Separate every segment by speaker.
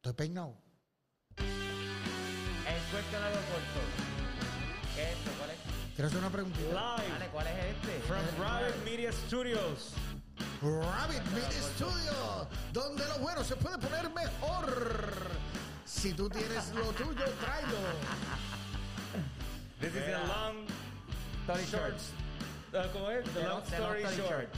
Speaker 1: Estoy peinado.
Speaker 2: El suelto en aeropuerto. ¿Qué es esto? ¿Cuál es?
Speaker 1: Quiero hacer una preguntita.
Speaker 2: Dale,
Speaker 3: Live
Speaker 2: ¿cuál es este?
Speaker 3: from Riot Media Studios.
Speaker 1: Rabbit Meat Studio, donde lo bueno se puede poner mejor. Si tú tienes lo tuyo, tráelo.
Speaker 3: This is the
Speaker 2: Mira.
Speaker 3: long
Speaker 2: Story
Speaker 3: short.
Speaker 2: short.
Speaker 3: Ah, ¿Cómo es? The
Speaker 2: The
Speaker 3: long
Speaker 2: long- the long
Speaker 3: story
Speaker 2: story
Speaker 3: short.
Speaker 2: short.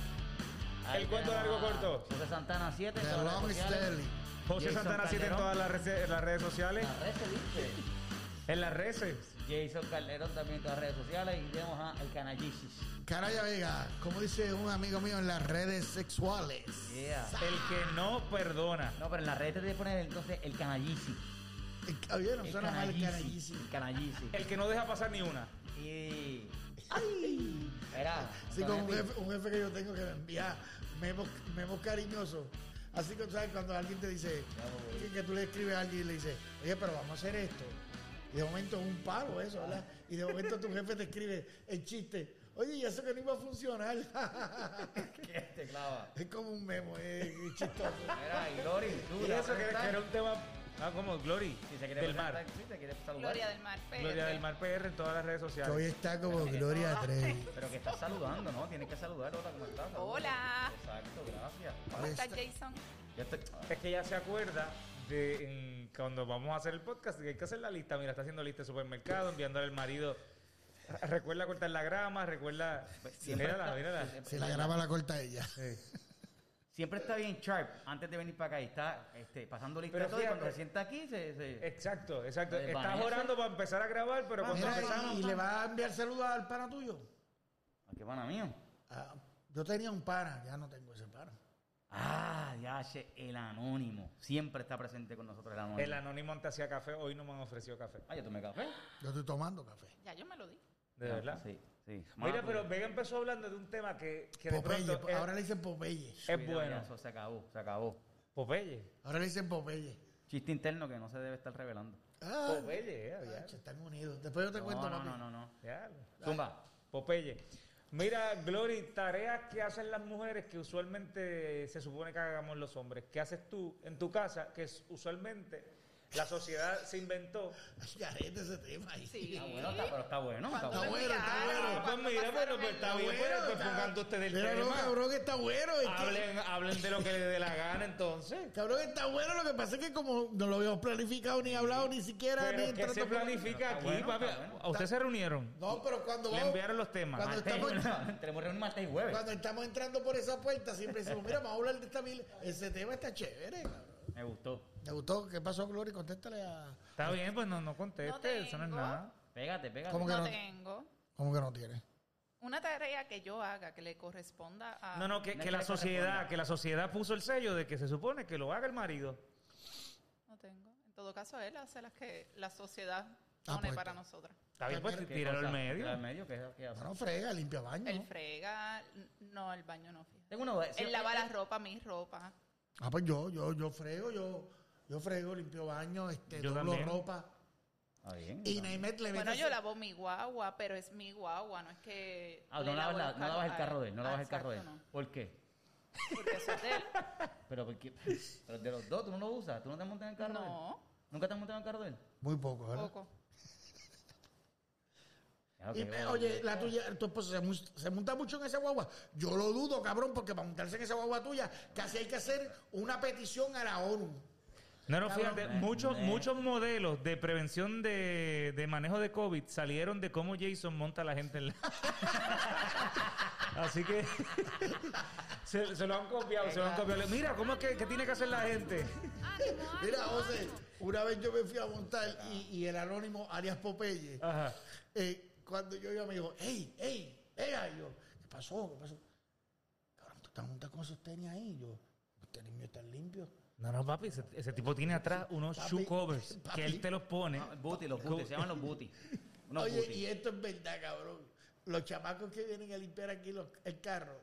Speaker 2: Ahí
Speaker 3: ¿El cuento
Speaker 2: tenemos
Speaker 3: largo
Speaker 2: a
Speaker 3: corto?
Speaker 2: José Santana 7.
Speaker 1: The Long Sterling.
Speaker 3: José
Speaker 2: Jason
Speaker 3: Santana 7 en
Speaker 2: Calderón.
Speaker 3: todas las, rece- en las redes sociales. En las redes.
Speaker 2: Jason Calderón también en todas las redes sociales. Y tenemos a El Canallisis.
Speaker 1: Caraya Vega, como dice un amigo mío en las redes sexuales.
Speaker 2: Yeah.
Speaker 3: El que no perdona.
Speaker 2: No, pero en las redes te tienes que poner entonces El Canallisis.
Speaker 1: Eh, Oye, no
Speaker 2: El
Speaker 1: suena mal el
Speaker 2: Canallisis.
Speaker 1: canallísimo.
Speaker 2: El Canallisis.
Speaker 3: El que no deja pasar ni una.
Speaker 2: Y... Era.
Speaker 1: Sí, con un jefe, un jefe que yo tengo que me envía memos, memos cariñosos. Así que, ¿sabes? Cuando alguien te dice, que, que tú le escribes a alguien y le dices, oye, pero vamos a hacer esto. Y de momento es un palo eso, ¿verdad? Y de momento tu jefe te escribe el chiste, oye, y eso que no iba a funcionar.
Speaker 2: ¿Qué te clava?
Speaker 1: es como un memo, eh, es chistoso.
Speaker 2: Era, y Lori, tú.
Speaker 3: Y
Speaker 2: la
Speaker 3: eso que, que
Speaker 2: presentas.
Speaker 3: era un tema. Ah, como Glory.
Speaker 2: Si se quiere
Speaker 3: del
Speaker 2: presentar,
Speaker 3: mar.
Speaker 2: sí, te quiere saludar.
Speaker 4: Gloria del Mar. pues. PR.
Speaker 3: Gloria del Mar PR en todas las redes
Speaker 1: Que hoy
Speaker 3: sociales.
Speaker 1: está como Gloria Trevi.
Speaker 2: Pero que estás saludando, ¿no? Tienes que saludar. Hola, ¿cómo estás? Saludos.
Speaker 4: Hola.
Speaker 2: Exacto, gracias.
Speaker 4: ¿Cómo
Speaker 1: Ahí
Speaker 4: estás,
Speaker 1: está.
Speaker 4: Jason?
Speaker 2: Ya pues, estoy-
Speaker 3: Es que ella se acuerda de en- cuando vamos a hacer el podcast que hay que hacer la lista. Mira, está haciendo lista de supermercado, enviándole al marido. Recuerda cortar la grama, recuerda.
Speaker 2: siempre
Speaker 3: Mírala,
Speaker 2: está-
Speaker 3: mírala.
Speaker 2: Pues, siempre-
Speaker 1: Si la graba la corta ella.
Speaker 2: Siempre está bien sharp antes de venir para acá y está este, pasando lista
Speaker 3: Pero
Speaker 2: todo y cuando
Speaker 3: fíjate.
Speaker 2: se sienta aquí se... se-
Speaker 3: Exacto, exacto.
Speaker 2: Eh,
Speaker 3: Estás
Speaker 2: Vanessa.
Speaker 3: orando para empezar a grabar, pero cuando
Speaker 1: Ah, Mira,
Speaker 3: empezamos.
Speaker 1: y, y le va a enviar saludos al pana tuyo.
Speaker 2: Ah, ¡Qué pana mío!
Speaker 1: Ah, yo tenía un pana, ya no tengo ese pana.
Speaker 2: Ah, ya, che, el anónimo. Siempre está presente con nosotros el anónimo.
Speaker 3: El anónimo te hacía café, hoy no me han ofrecido café.
Speaker 2: Ah, yo tomé café.
Speaker 1: Yo estoy tomando café.
Speaker 4: Ya yo me lo di.
Speaker 3: De verdad.
Speaker 2: Ah, Sí, sí.
Speaker 3: Mira,
Speaker 2: Mala
Speaker 3: pero
Speaker 2: tuya.
Speaker 3: Vega empezó hablando de un tema que, que de
Speaker 1: Popeye,
Speaker 3: pronto
Speaker 1: po-
Speaker 3: es,
Speaker 1: ahora le dicen Popeye.
Speaker 3: es
Speaker 2: Cuidado, ya,
Speaker 3: bueno.
Speaker 2: eso se acabó, se acabó.
Speaker 3: Popeye.
Speaker 1: Ahora le dicen Popeye.
Speaker 2: Chiste interno que no se debe estar revelando.
Speaker 1: Ah,
Speaker 3: Popeye, eh, ya,
Speaker 1: ah,
Speaker 3: ya,
Speaker 1: che, están unidos. Después yo te
Speaker 2: no,
Speaker 1: cuento,
Speaker 2: no,
Speaker 1: papi.
Speaker 2: no, no, no.
Speaker 3: ya.
Speaker 2: Zumba.
Speaker 3: Popeye. Mira, Glory, tareas que hacen las mujeres que usualmente se supone que hagamos los hombres. ¿Qué haces tú en tu casa que es- usualmente la sociedad se inventó?
Speaker 1: Ay, garete ese tema ahí.
Speaker 4: Sí.
Speaker 2: Está bueno, está, pero está bueno. Está
Speaker 4: ¿Cuándo
Speaker 2: bueno.
Speaker 1: bueno, está
Speaker 4: llegaron?
Speaker 1: bueno.
Speaker 3: Pues
Speaker 4: ¿Cuándo
Speaker 3: mira, bueno,
Speaker 4: pasaron
Speaker 3: pues
Speaker 4: el-
Speaker 3: está bien, pero pues pongan ustedes el
Speaker 1: Pero no,
Speaker 3: tema.
Speaker 1: cabrón, que está bueno. es que-
Speaker 3: Hablen, hablen de lo que les dé la gana entonces.
Speaker 1: Cabrón, está bueno. Lo que pasa es que como no lo habíamos planificado, ni hablado, ni siquiera. ni
Speaker 3: Pero que
Speaker 1: entrando
Speaker 3: se
Speaker 1: por-
Speaker 3: planifica
Speaker 2: Está
Speaker 3: aquí,
Speaker 2: Ah, bueno,
Speaker 3: papi.
Speaker 2: está bueno.
Speaker 3: ¿A ustedes se reunieron?
Speaker 1: No, pero cuando
Speaker 3: Le
Speaker 1: vamos...
Speaker 3: enviaron los temas.
Speaker 1: Cuando estamos,
Speaker 2: Martes- Tenemos reunión martes y jueves.
Speaker 1: cuando estamos entrando por esa puerta, siempre decimos, mira, vamos a hablar de esta mil... Ese tema está chévere, cabrón.
Speaker 2: Me gustó.
Speaker 1: ¿Te gustó? ¿Qué pasó, Gloria? Contéstale a...
Speaker 3: Está bien, pues no, no conteste, eso no es
Speaker 4: tengo.
Speaker 3: nada.
Speaker 2: Pégate, pégate.
Speaker 1: ¿Cómo que
Speaker 4: No
Speaker 1: no?
Speaker 4: tengo.
Speaker 1: ¿Cómo que no tiene?
Speaker 4: Una tarea que yo haga que le corresponda a.
Speaker 3: No, no,
Speaker 2: No
Speaker 3: que,
Speaker 2: es
Speaker 3: que
Speaker 2: que
Speaker 3: la
Speaker 2: le
Speaker 3: sociedad,
Speaker 2: corresponda.
Speaker 3: que la sociedad puso el sello de que se supone que lo haga el marido.
Speaker 4: No tengo. En todo caso, él hace las que la sociedad
Speaker 1: Ah,
Speaker 4: pone
Speaker 1: pues,
Speaker 4: para
Speaker 1: está.
Speaker 4: nosotros.
Speaker 3: Está bien, pues
Speaker 1: ¿Qué
Speaker 3: tíralo al
Speaker 2: cosa?
Speaker 3: medio.
Speaker 2: Tíralo al medio, ¿qué, qué hace?
Speaker 1: No, no frega, limpia baño.
Speaker 4: El frega. No, el baño no fija.
Speaker 2: Tengo una duda.
Speaker 4: Él lava la ropa, mi ropa.
Speaker 1: Ah, pues yo, yo, yo frego, yo, yo frego, limpio baño, este,
Speaker 3: Yo
Speaker 1: doblo
Speaker 3: también.
Speaker 1: ropa.
Speaker 2: Está Ah, bien.
Speaker 1: Y Neymet le
Speaker 4: Bueno,
Speaker 1: mete-
Speaker 4: yo lavo mi guagua, pero es mi guagua, no es que.
Speaker 2: Ah,
Speaker 4: le
Speaker 2: no lavas,
Speaker 4: lavo
Speaker 2: la-
Speaker 4: los
Speaker 2: no lavas el
Speaker 4: carros a
Speaker 2: carro de él, no
Speaker 4: Ah,
Speaker 2: lavas el carro de él.
Speaker 4: exacto, no.
Speaker 2: ¿Por qué?
Speaker 4: Porque eso es de él.
Speaker 2: Pero, porque, pero de los dos, tú no lo usas, tú no te montas en el carro de él.
Speaker 4: No.
Speaker 2: ¿Nunca te has montado en el carro de él?
Speaker 1: Muy poco, ¿verdad?
Speaker 4: Poco.
Speaker 2: Ya, Ah, ok,
Speaker 1: Y,
Speaker 2: vale.
Speaker 1: oye, la tuya, tu esposo se, mu- se monta mucho en esa guagua. Yo lo dudo, cabrón, porque para montarse en esa guagua tuya, casi hay que hacer una petición a la ONU.
Speaker 3: No, no, fíjate,
Speaker 2: Cabrón.
Speaker 3: muchos,
Speaker 2: Eh.
Speaker 3: muchos modelos de prevención de, de manejo de COVID salieron de cómo Jason monta a la gente en la... Así que se, se lo han copiado, se lo han copiado. Mira, ¿cómo es que, que tiene que hacer la gente?
Speaker 1: Mira, José, una vez yo me fui a montar y, y el anónimo Arias Popeye,
Speaker 3: Ajá.
Speaker 1: eh, cuando yo iba me dijo, ¡Ey, ey, pega! Y yo, ¿qué pasó? ¿Qué pasó? Cabrón, tú estás montado con esos tenis ahí. Y yo, los tenis míos están limpios.
Speaker 3: No, no, papi, ese, ese tipo tiene atrás unos
Speaker 1: Papi,
Speaker 3: shoe covers
Speaker 1: papi. Ah,
Speaker 3: que él te los pone.
Speaker 2: No, booty, los booty, se llaman los booty. Unos
Speaker 1: Oye,
Speaker 2: booty.
Speaker 1: y esto es verdad, cabrón. Los chamacos que vienen a limpiar aquí los- el carro,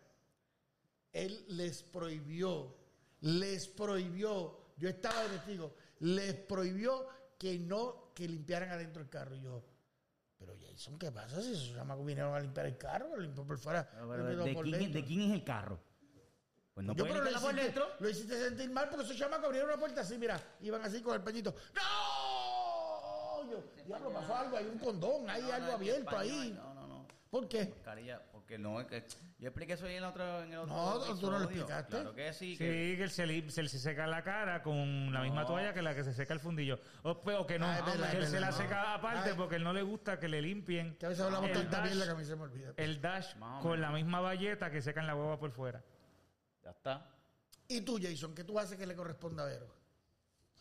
Speaker 1: él les prohibió, les prohibió, yo estaba de testigo, les prohibió que no, que limpiaran adentro el carro. Y yo, pero Jason, ¿qué pasa si esos chamacos vinieron a limpiar el carro? Lo limpió por fuera.
Speaker 2: Pero, pero,
Speaker 1: limpió
Speaker 2: ¿de,
Speaker 1: por
Speaker 2: quién,
Speaker 1: dentro.
Speaker 2: de quién es el carro? Pues no
Speaker 1: Yo,
Speaker 2: puede
Speaker 1: pero lo
Speaker 2: meterla por
Speaker 1: hiciste,
Speaker 2: dentro.
Speaker 1: lo hiciste sentir mal porque esos chamacos abrieron una puerta así, mira, iban así con el pañito. ¡No! Yo, diablo, pasó algo, hay un condón, hay
Speaker 2: No, no,
Speaker 1: algo
Speaker 2: es que
Speaker 1: abierto
Speaker 2: español,
Speaker 1: ahí.
Speaker 2: No, no, no.
Speaker 1: ¿Por qué?
Speaker 2: Mascarilla, porque no, es que yo expliqué eso ahí en el otro. En el otro
Speaker 1: No, tú no lo
Speaker 2: episodio.
Speaker 1: explicaste.
Speaker 2: Claro que sí.
Speaker 3: Sí,
Speaker 2: que-
Speaker 3: que el se, li- se, se seca la cara con la misma
Speaker 2: No.
Speaker 3: toalla que la que se seca el fundillo. O, pe- o que no,
Speaker 1: Ah, es verdad,
Speaker 3: que él
Speaker 1: es
Speaker 3: se la
Speaker 1: verdad, no.
Speaker 3: seca aparte
Speaker 1: Ay.
Speaker 3: porque él no le gusta que le limpien
Speaker 1: Que a veces hablamos
Speaker 3: El
Speaker 1: tanta
Speaker 3: dash.
Speaker 1: mierda que a mí se me olvida.
Speaker 3: el dash
Speaker 2: Más o
Speaker 3: con
Speaker 2: menos.
Speaker 3: la misma valleta que secan la hueva por fuera.
Speaker 2: Ya está.
Speaker 1: ¿Y tú, Jason, qué tú haces que le corresponda a Vero?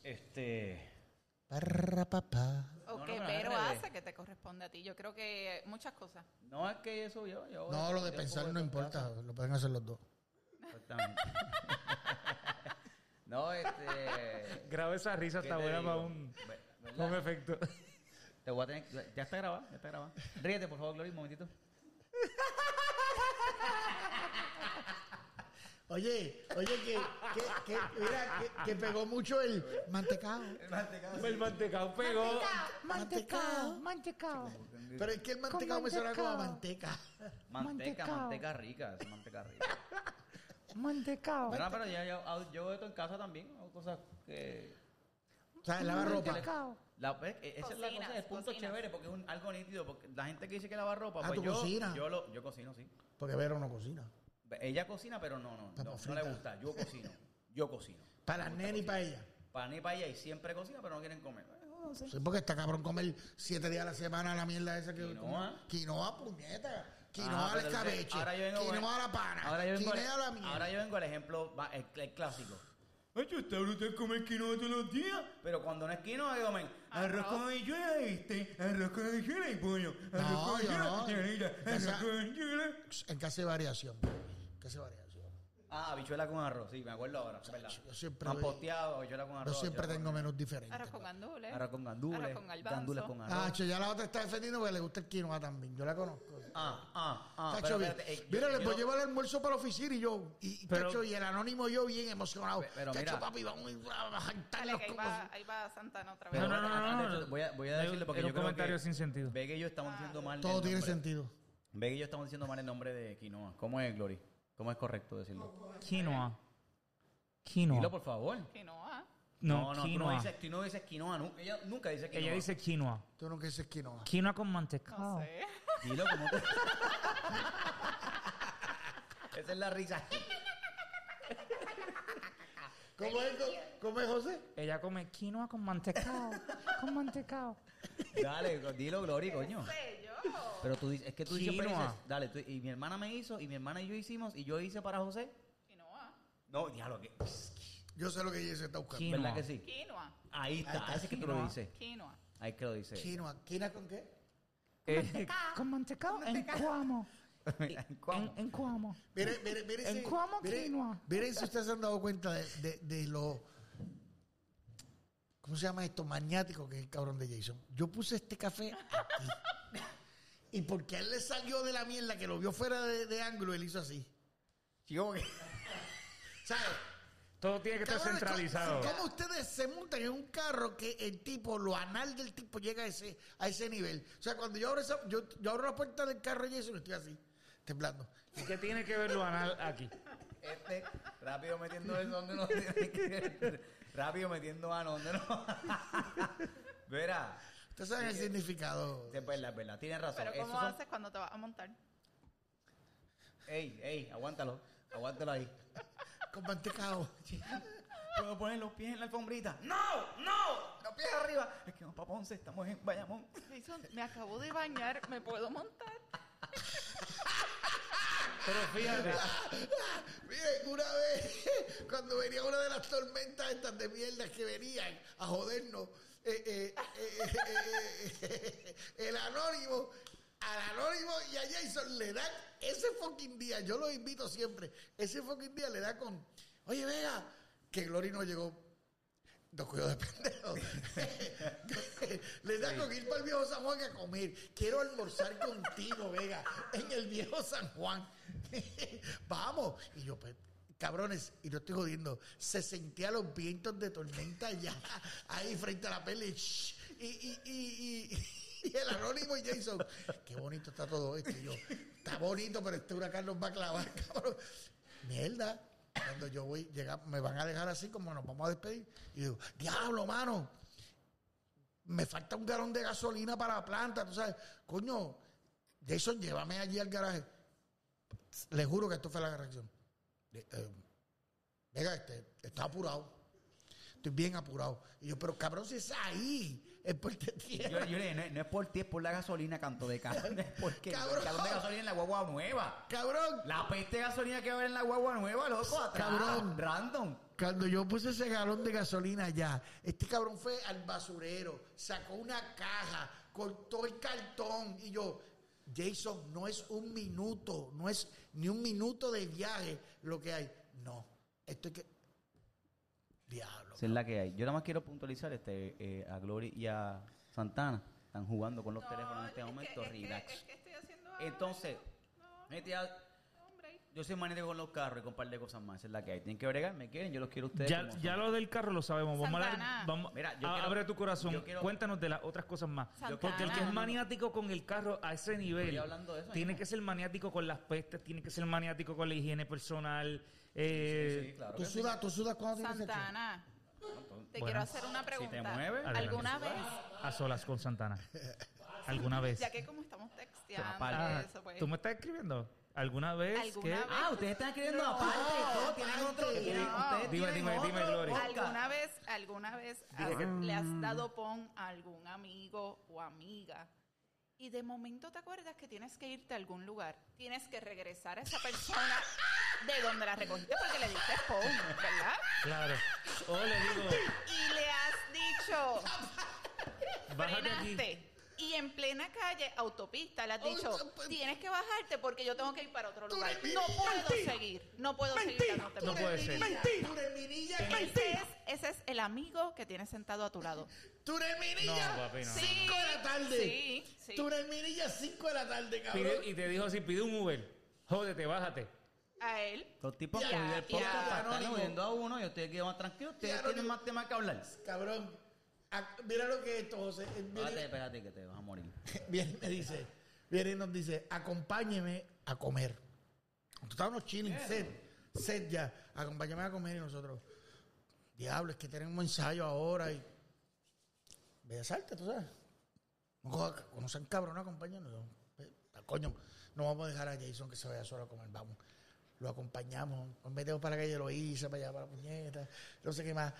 Speaker 2: Este.
Speaker 1: Parra, papá.
Speaker 4: O
Speaker 2: No,
Speaker 4: que
Speaker 2: no, pero
Speaker 4: Vero
Speaker 2: al revés.
Speaker 4: hace que te corresponde a ti. Yo creo que muchas cosas.
Speaker 2: No es que eso yo. yo
Speaker 1: No, lo de
Speaker 2: yo
Speaker 1: pensar
Speaker 2: ocupo
Speaker 1: no
Speaker 2: estos
Speaker 1: importa,
Speaker 2: casos.
Speaker 1: lo pueden hacer los dos.
Speaker 2: Exactamente. no, este.
Speaker 3: Graba esa risa,
Speaker 2: ¿qué
Speaker 3: está
Speaker 2: te
Speaker 3: buena
Speaker 2: digo?
Speaker 3: para un,
Speaker 2: Ve- ¿verdad?
Speaker 3: un efecto.
Speaker 2: Te voy a tener. Ya está grabado, ya está grabado. Ríete, por favor, Gloria, un momentito.
Speaker 1: Oye, oye, que, que, que, mira, que, que pegó mucho el mantecado.
Speaker 3: el mantecao pegó.
Speaker 1: Mantecado, mantecado. Pero es que el mantecado me suena como a manteca.
Speaker 2: Manteca, manteca rica, es manteca rica.
Speaker 5: Mantecao.
Speaker 2: Pero, no, pero yo, yo, yo hago esto en casa también, hago cosas que...
Speaker 1: O sea, lava ropa.
Speaker 5: Mantecao.
Speaker 2: La, es que esa es la cosa,
Speaker 4: Cocinas,
Speaker 2: el punto
Speaker 4: cocinas.
Speaker 2: chévere, porque es un, algo nítido, porque la gente que dice que lava ropa,
Speaker 1: Ah,
Speaker 2: pues
Speaker 1: ¿tú
Speaker 2: yo,
Speaker 1: cocinas?
Speaker 2: yo, lo, yo cocino, sí.
Speaker 1: Porque Vero no cocina.
Speaker 2: Ella cocina, pero no, no, no,
Speaker 1: Papa
Speaker 2: no
Speaker 1: frita.
Speaker 2: le gusta, yo cocino, yo cocino.
Speaker 1: Para las nenas y para ella.
Speaker 2: Para mí, para ella, y siempre cocina, pero no quieren comer.
Speaker 1: Sí, porque está cabrón comer siete días a la semana la mierda esa que
Speaker 2: Quinoa.
Speaker 1: Quinoa, puñeta.
Speaker 2: Ah,
Speaker 1: Quinoa al
Speaker 2: pero entonces,
Speaker 1: escabeche.
Speaker 2: ahora yo vengo con-
Speaker 1: Quinoa a la pana.
Speaker 2: Ahora yo vengo, al-
Speaker 1: Quinoa a la mierda.
Speaker 2: ahora yo vengo al ejemplo, va- el, el clásico. Macho, está brutal comer quinoa todos los días. Pero cuando no es quinoa, comen arroz con habichuela, ¿viste? Arroz con habichuela y pollo. Arroz
Speaker 1: No,
Speaker 2: con
Speaker 1: yo
Speaker 2: habichuela,
Speaker 1: no.
Speaker 2: señorita.
Speaker 1: O
Speaker 2: Arroz
Speaker 1: sea-
Speaker 2: con habichuela.
Speaker 1: En casi variación. Casi variación.
Speaker 2: Ah, habichuela con arroz, sí, me acuerdo ahora, es verdad.
Speaker 1: yo siempre
Speaker 2: Me Han
Speaker 1: doy-
Speaker 2: posteado habichuela con
Speaker 1: Yo
Speaker 2: arroz.
Speaker 1: siempre
Speaker 2: habichuela
Speaker 1: tengo menús diferentes.
Speaker 4: Arroz con gandules.
Speaker 2: Arroz con gandules.
Speaker 4: Arroz con garbanzo.
Speaker 2: Gandules con arroz.
Speaker 1: Ah, che, ya la otra está defendiendo porque le gusta el quinoa también. Yo la conozco.
Speaker 2: Ah, ah, ah.
Speaker 1: Tacho,
Speaker 2: pero
Speaker 1: bien.
Speaker 2: espérate, eh, yo-
Speaker 1: mira,
Speaker 2: yo
Speaker 1: les voy a
Speaker 2: no-
Speaker 1: llevar el almuerzo para la oficina y yo. Y, y,
Speaker 3: Pero-
Speaker 1: tacho, y el anónimo yo bien emocionado.
Speaker 2: Pe- pero
Speaker 1: Tacho,
Speaker 2: mira.
Speaker 1: papi, vamos a ir a
Speaker 4: Dale,
Speaker 1: jantarnos
Speaker 4: que ahí
Speaker 1: como-
Speaker 4: va, ahí va Santana otra vez.
Speaker 2: Pero
Speaker 3: No, no, no, no,
Speaker 2: espérate,
Speaker 3: no.
Speaker 2: Voy a, voy a
Speaker 3: Era-
Speaker 2: decirle porque
Speaker 3: era
Speaker 2: yo
Speaker 3: un
Speaker 2: creo
Speaker 3: comentario
Speaker 2: que
Speaker 3: sin sentido.
Speaker 2: Ve que yo estamos diciendo mal.
Speaker 1: Todo
Speaker 2: el
Speaker 1: tiene
Speaker 2: nombre.
Speaker 1: sentido.
Speaker 2: Ve que yo estamos diciendo mal el nombre de quinoa. ¿Cómo es, Glory? ¿Cómo es correcto decirlo?
Speaker 3: Quinoa.
Speaker 2: Dilo,
Speaker 3: Quinoa.
Speaker 2: por favor.
Speaker 4: Quinoa.
Speaker 3: No,
Speaker 2: tú no
Speaker 3: quinoa.
Speaker 2: dices, tú no dices quinoa. nu- ella nunca dice quinoa.
Speaker 3: Ella dice quinoa.
Speaker 1: Tú no dices quinoa.
Speaker 3: Quinoa con
Speaker 4: No
Speaker 3: mantecao.
Speaker 4: sé.
Speaker 2: Dilo, ¿cómo tú? Esa es la risa.
Speaker 1: ¿Cómo es, ¿Cómo es José?
Speaker 3: Ella come quinoa con mantecao.
Speaker 5: Con mantecao.
Speaker 2: Dale, dilo, Glory, coño.
Speaker 4: No sé yo.
Speaker 2: Pero tú dices, es que tú siempre
Speaker 3: Quinoa.
Speaker 2: dices, dale, tú- y mi hermana me hizo, y mi hermana y yo hicimos, y yo hice para José.
Speaker 4: Quinoa.
Speaker 2: No, diablo, que...
Speaker 1: Yo sé lo que ella se está buscando.
Speaker 3: Quinoa.
Speaker 2: ¿Verdad que sí?
Speaker 4: Quinoa.
Speaker 2: Ahí está, ese es que tú lo
Speaker 3: Quinoa.
Speaker 2: dices.
Speaker 4: Quinoa.
Speaker 2: Ahí es que lo dice.
Speaker 1: Quinoa. ¿Quinoa con qué?
Speaker 3: Eh,
Speaker 5: Con mantecao en Cuamo. En,
Speaker 2: ¿Cómo?
Speaker 5: en Cuamo.
Speaker 1: Mire, mire, mire.
Speaker 5: En Cuamo, quinoa.
Speaker 1: Miren si ustedes se han dado cuenta de, de, de lo. ¿Cómo se llama esto? Magnático, que es el cabrón de Jason. Yo puse este café aquí. y porque a él le salió de la mierda que lo vio fuera de, de ángulo, él hizo así.
Speaker 2: Chico, que...
Speaker 1: ¿Sabes?
Speaker 3: todo tiene que estar
Speaker 1: Cabrones, ¿cómo-
Speaker 3: centralizado.
Speaker 1: ¿Cómo ustedes se montan en un carro que el tipo, lo anal del tipo llega a ese, a ese nivel? O sea, cuando yo abro, esa- yo, yo abro la puerta del carro y eso, y estoy así, temblando.
Speaker 3: ¿Y ¿Qué tiene que ver lo anal aquí?
Speaker 2: Este, rápido metiendo eso donde no tiene que Rápido metiendo mano donde no. Verá,
Speaker 1: Ustedes saben el significado.
Speaker 2: es verdad, es verdad, tienes razón.
Speaker 4: Pero
Speaker 2: Esos
Speaker 4: ¿cómo
Speaker 2: son-
Speaker 4: haces cuando te vas a montar?
Speaker 2: Ey, ey, aguántalo, aguántalo ahí.
Speaker 1: Con mantecao.
Speaker 2: ¿Puedo poner los pies en la alfombrita? ¡No! ¡No! Los pies arriba. Es que no, para Ponce, estamos en Bayamón.
Speaker 4: Jason, me acabo de bañar, ¿me puedo montar?
Speaker 3: Pero fíjate,
Speaker 1: Miren, una vez, cuando venía una de las tormentas estas de mierdas que venían a jodernos, eh, eh, eh, eh, eh, eh, el anónimo, al anónimo y a Jason le dan ese fucking día, yo los invito siempre, ese fucking día le da con, oye, vea, que Glory no llegó. Nos cuidó de pendejo. Le da con ir para el viejo San Juan a comer. Quiero almorzar contigo, Vega, en el viejo San Juan. Vamos. Y yo, pues, cabrones, y no estoy jodiendo, se sentía los vientos de tormenta ya ahí frente a la peli. Shh. Y, y, y, y, y el anónimo y Jason. Qué bonito está todo esto. Y yo, está bonito, pero este huracán nos va a clavar, cabrón. Mierda. Cuando yo voy, llega, me van a dejar así como nos vamos a despedir. Y digo, diablo, mano, me falta un galón de gasolina para la planta, tú sabes. Coño, Jason, llévame allí al garaje. Les juro que esto fue la reacción. De- eh, Venga, este, está apurado. Estoy bien apurado. Y yo, pero cabrón, si es ahí, es porque
Speaker 2: Yo,
Speaker 1: tiene.
Speaker 2: yo le dije, no, no es por ti, es por la gasolina, canto de cara. No es porque
Speaker 1: Cabrón.
Speaker 2: el galón de gasolina en la guagua nueva.
Speaker 1: Cabrón,
Speaker 2: La peste de gasolina que va a haber en la guagua nueva, loco, atrás.
Speaker 1: Cabrón.
Speaker 2: Random.
Speaker 1: Cuando yo puse ese galón de gasolina allá, este cabrón fue al basurero, sacó una caja, cortó el cartón y yo, Jason, no es un minuto, no es ni un minuto de viaje lo que hay. No, esto es que... Diablo.
Speaker 2: Esa es la que hay. Yo nada más quiero puntualizar este, eh, a Glory y a Santana. Están jugando con los teléfonos en este
Speaker 4: es que-
Speaker 2: momento.
Speaker 4: es que-
Speaker 2: relax.
Speaker 4: es que estoy haciendo algo,
Speaker 2: Entonces, ¿eh?
Speaker 4: no,
Speaker 2: gente, ya-
Speaker 4: no, hombre.
Speaker 2: yo soy maníaco con los carros y con un par de cosas más. Esa es la que hay. Tienen que bregar, me quieren, yo los quiero a ustedes.
Speaker 3: Ya,
Speaker 2: como
Speaker 3: ya
Speaker 2: son.
Speaker 3: lo del carro lo sabemos. Vamos a
Speaker 4: Santana.
Speaker 3: hablar. vamos-
Speaker 2: Mira, yo
Speaker 3: a-
Speaker 2: quiero-
Speaker 3: abre tu corazón.
Speaker 2: yo quiero-
Speaker 3: Cuéntanos de las otras cosas más.
Speaker 4: Santana.
Speaker 3: Porque el que
Speaker 4: No,
Speaker 3: es
Speaker 4: no, no.
Speaker 3: maniático con el carro a ese nivel,
Speaker 2: Estoy hablando de eso,
Speaker 3: tiene
Speaker 2: ¿no?
Speaker 3: que ser maniático con las pestes, tiene que ser maniático con la higiene personal. eh,
Speaker 2: Sí, claro
Speaker 1: ¿Tú
Speaker 2: que sí.
Speaker 1: sudas, tú sudas cuando tienes sexo?
Speaker 4: Santana, te
Speaker 3: Bueno.
Speaker 4: quiero hacer una pregunta.
Speaker 2: mueves,
Speaker 4: ¿Alguna
Speaker 3: adelante.
Speaker 4: vez,
Speaker 3: A solas con Santana. ¿Alguna vez?
Speaker 4: ya que como estamos texteando,
Speaker 2: Aparte.
Speaker 3: pues. Ah,
Speaker 4: eso, pues,
Speaker 3: ¿Tú me estás escribiendo? ¿Alguna vez
Speaker 4: ¿Alguna
Speaker 3: que...?
Speaker 4: vez?
Speaker 2: Ah, ustedes están escribiendo aparte y todo. Tienen otro.
Speaker 1: aparte.
Speaker 2: tienen-
Speaker 4: No.
Speaker 2: ustedes
Speaker 3: Dime,
Speaker 2: tienen
Speaker 3: dime, dime,
Speaker 2: otro
Speaker 3: Glory.
Speaker 2: podcast.
Speaker 4: ¿Alguna vez, alguna vez has- le has dado pon a algún amigo o amiga y de momento te acuerdas que tienes que irte a algún lugar? Tienes que regresar a esa persona de donde la recogiste porque le diste pon, ¿verdad?
Speaker 3: Claro. O Oh, le digo,
Speaker 4: Y le has dicho,
Speaker 3: bájate aquí.
Speaker 4: frenaste. Y en plena calle, autopista, le has dicho,
Speaker 1: Auto- pues-
Speaker 4: tienes que bajarte porque yo tengo que ir para otro
Speaker 1: Tú
Speaker 4: lugar.
Speaker 1: eres
Speaker 4: No
Speaker 1: mi-
Speaker 4: puedo
Speaker 1: mentira.
Speaker 4: seguir, no puedo seguir.
Speaker 1: Mentira,
Speaker 4: dándote
Speaker 1: tú
Speaker 3: No
Speaker 4: pon.
Speaker 1: eres
Speaker 3: puede
Speaker 1: mi
Speaker 3: ser.
Speaker 1: niña, Tú eres mi niña,
Speaker 4: Ese es, ese es el amigo que tienes sentado a tu lado.
Speaker 1: tú eres mi
Speaker 3: No,
Speaker 1: niña.
Speaker 3: papi, no.
Speaker 1: Cinco de la tarde.
Speaker 4: Sí, sí.
Speaker 1: Tú eres mi niña, cinco de la tarde, cabrón.
Speaker 3: Pide- y te dijo así, pide un Uber. Jódete, bájate.
Speaker 4: A él.
Speaker 2: Los tipos
Speaker 1: Ya,
Speaker 2: que viven el
Speaker 4: ya,
Speaker 2: podcast para estar
Speaker 1: anónimo.
Speaker 2: oyendo a uno y ustedes quedan más tranquilos. Ustedes
Speaker 1: Ya,
Speaker 2: tienen
Speaker 1: anónimo.
Speaker 2: más temas que hablar.
Speaker 1: Cabrón, ah, mira lo que es esto, José. Eh, viene-
Speaker 2: Espérate, espérate que te vas a morir.
Speaker 1: viene y me dice, viene y nos dice, acompáñeme a comer. Nosotros estábamos chilling, set, set ya, acompáñame a comer y nosotros, diablo, es que tenemos ensayo ahora y... Bellas Artes, tú sabes. No coja- no sean cabrones, acompáñanos. Yo, eh, Coño, no vamos a dejar a Jason que se vaya solo a comer, vamos. Lo acompañamos, nos metemos para la calle, lo hice, para allá, para la puñeta, no sé qué más.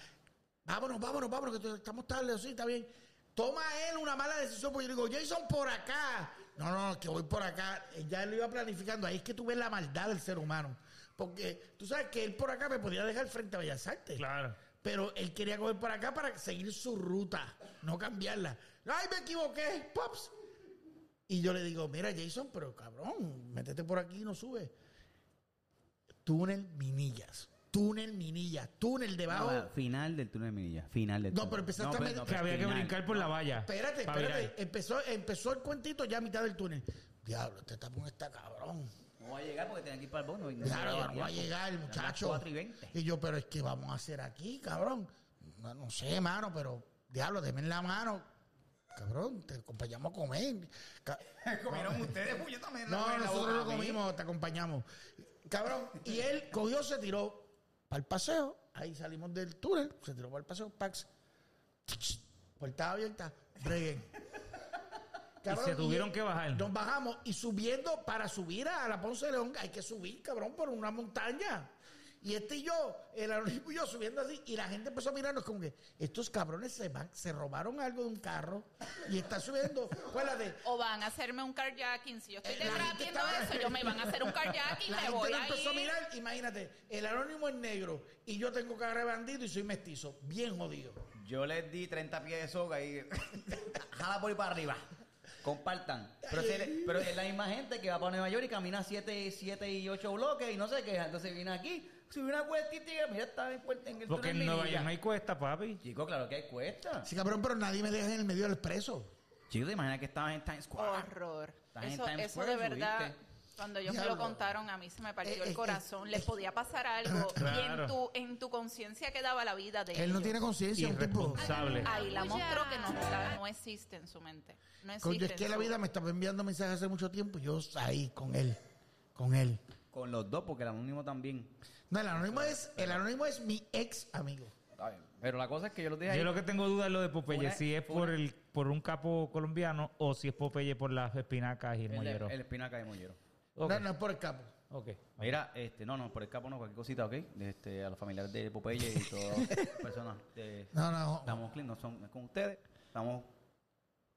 Speaker 1: Vámonos, vámonos, vámonos, que estamos tarde, sí, está bien. Toma él una mala decisión, porque yo le digo, Jason, por acá. No, no, no, que voy por acá. Eh, Ya él lo iba planificando. Ahí es que tú ves la maldad del ser humano. Porque tú sabes que él por acá me podía dejar frente a Bellas Artes.
Speaker 3: Claro.
Speaker 1: Pero él quería coger por acá para seguir su ruta, no cambiarla. ¡Ay, me equivoqué! ¡Pops! Y yo le digo, mira, Jason, pero cabrón, métete por aquí y no sube. Túnel Minillas. Túnel Minillas. Túnel debajo.
Speaker 2: No, va, Ah, final del túnel de Minilla. Final del
Speaker 1: No,
Speaker 2: túnel.
Speaker 1: pero empezaste a
Speaker 2: pero-
Speaker 1: meter-
Speaker 3: Que
Speaker 2: pero
Speaker 3: había que
Speaker 2: pues, final.
Speaker 3: brincar por la valla.
Speaker 1: espérate,
Speaker 3: pa' virar.
Speaker 1: espérate. Empezó, empezó el cuentito ya a mitad del túnel. Diablo, este tapón está cabrón.
Speaker 2: No va a llegar porque tenía que ir para el bono. y no
Speaker 1: Claro,
Speaker 2: llega
Speaker 1: vamos a
Speaker 2: tiempo.
Speaker 1: llegar,
Speaker 2: Eran las
Speaker 1: muchacho.
Speaker 2: 4 y 20.
Speaker 1: Y yo, pero es que vamos a hacer aquí, cabrón. No, no sé, mano, pero diablo, deme la mano. Cabrón, te acompañamos a comer. Ca-
Speaker 2: Comieron ustedes, pues yo también.
Speaker 1: No,
Speaker 2: me la
Speaker 1: nosotros
Speaker 2: boca
Speaker 1: lo
Speaker 2: a mí.
Speaker 1: comimos, te acompañamos. Cabrón, y él cogió, se tiró para el paseo. Ahí salimos del túnel, se tiró para el paseo, Pax. Puerta abierta, breguen.
Speaker 3: Y se tuvieron que bajar.
Speaker 1: Nos bajamos y subiendo, para subir a la Ponce de León, hay que subir, cabrón, por una montaña. Y este y yo, el anónimo y yo subiendo así, y la gente empezó a mirarnos como que estos cabrones se van, se robaron algo de un carro y está subiendo. Acuérdate,
Speaker 4: O van a hacerme un carjacking. Si yo estoy
Speaker 1: Eh, la
Speaker 4: detrás
Speaker 1: gente
Speaker 4: viendo
Speaker 1: estaba-
Speaker 4: eso, yo me van a hacer un carjacking.
Speaker 1: La
Speaker 4: me
Speaker 1: gente
Speaker 4: voy
Speaker 1: lo
Speaker 4: a
Speaker 1: empezó a
Speaker 4: ir.
Speaker 1: mirar, imagínate, el anónimo es negro y yo tengo cara de bandido y soy mestizo, bien jodido.
Speaker 2: Yo les di 30 pies de soga y jala por ahí para arriba. Compartan. Pero, si eres- pero es la misma gente que va para Nueva York y camina 7 siete y 8 bloques y no sé qué. Entonces viene aquí, sube una cuesta y llega, mira, está en puerta en el
Speaker 3: Porque
Speaker 2: túnel
Speaker 3: en Nueva
Speaker 2: Minilla.
Speaker 3: York no hay cuesta, papi.
Speaker 2: Chico, claro que hay cuesta.
Speaker 1: Sí, cabrón, pero nadie me deja en el medio del preso.
Speaker 2: Chico, te imaginas que estabas en Times Square.
Speaker 4: Horror.
Speaker 2: Estás en
Speaker 4: Eso,
Speaker 2: Times
Speaker 4: eso de
Speaker 2: Square,
Speaker 4: verdad.
Speaker 2: subiste.
Speaker 4: Cuando ellos me
Speaker 1: Diablo.
Speaker 4: lo contaron, a mí se me
Speaker 1: Eh,
Speaker 4: partió
Speaker 1: eh, eh,
Speaker 4: el corazón. Les podía pasar algo. Y
Speaker 3: Claro.
Speaker 4: en tu, en tu conciencia quedaba la vida de
Speaker 1: Él no
Speaker 4: ellos.
Speaker 1: tiene conciencia, un tipo.
Speaker 3: Irresponsable.
Speaker 4: Ahí la
Speaker 5: Uya.
Speaker 4: mostró que no, está- no existe en su mente. No existe.
Speaker 1: Coño, es
Speaker 4: en
Speaker 1: que la
Speaker 4: su-
Speaker 1: vida me estaba enviando mensajes hace mucho tiempo y yo ahí con él, con él,
Speaker 2: con los dos, porque el anónimo también.
Speaker 1: No, el anónimo es, el anónimo es mi ex amigo.
Speaker 2: Está bien. Pero la cosa es que yo los dije ahí.
Speaker 3: Yo lo que tengo duda es lo de Popeye,
Speaker 2: Una-
Speaker 3: si es por
Speaker 2: una-
Speaker 3: el por un capo colombiano o si es Popeye por las espinacas y el,
Speaker 2: el,
Speaker 3: mollero.
Speaker 2: el espinaca de Mollero.
Speaker 3: Ok,
Speaker 1: No, no es por el capo.
Speaker 3: ok.
Speaker 2: Mira, este, no, no, por el capo no, cualquier cosita, ¿ok? Este, a los familiares de Popeye y todas las personas de
Speaker 1: No, no.
Speaker 2: Damos Clean, no son no es con ustedes. Estamos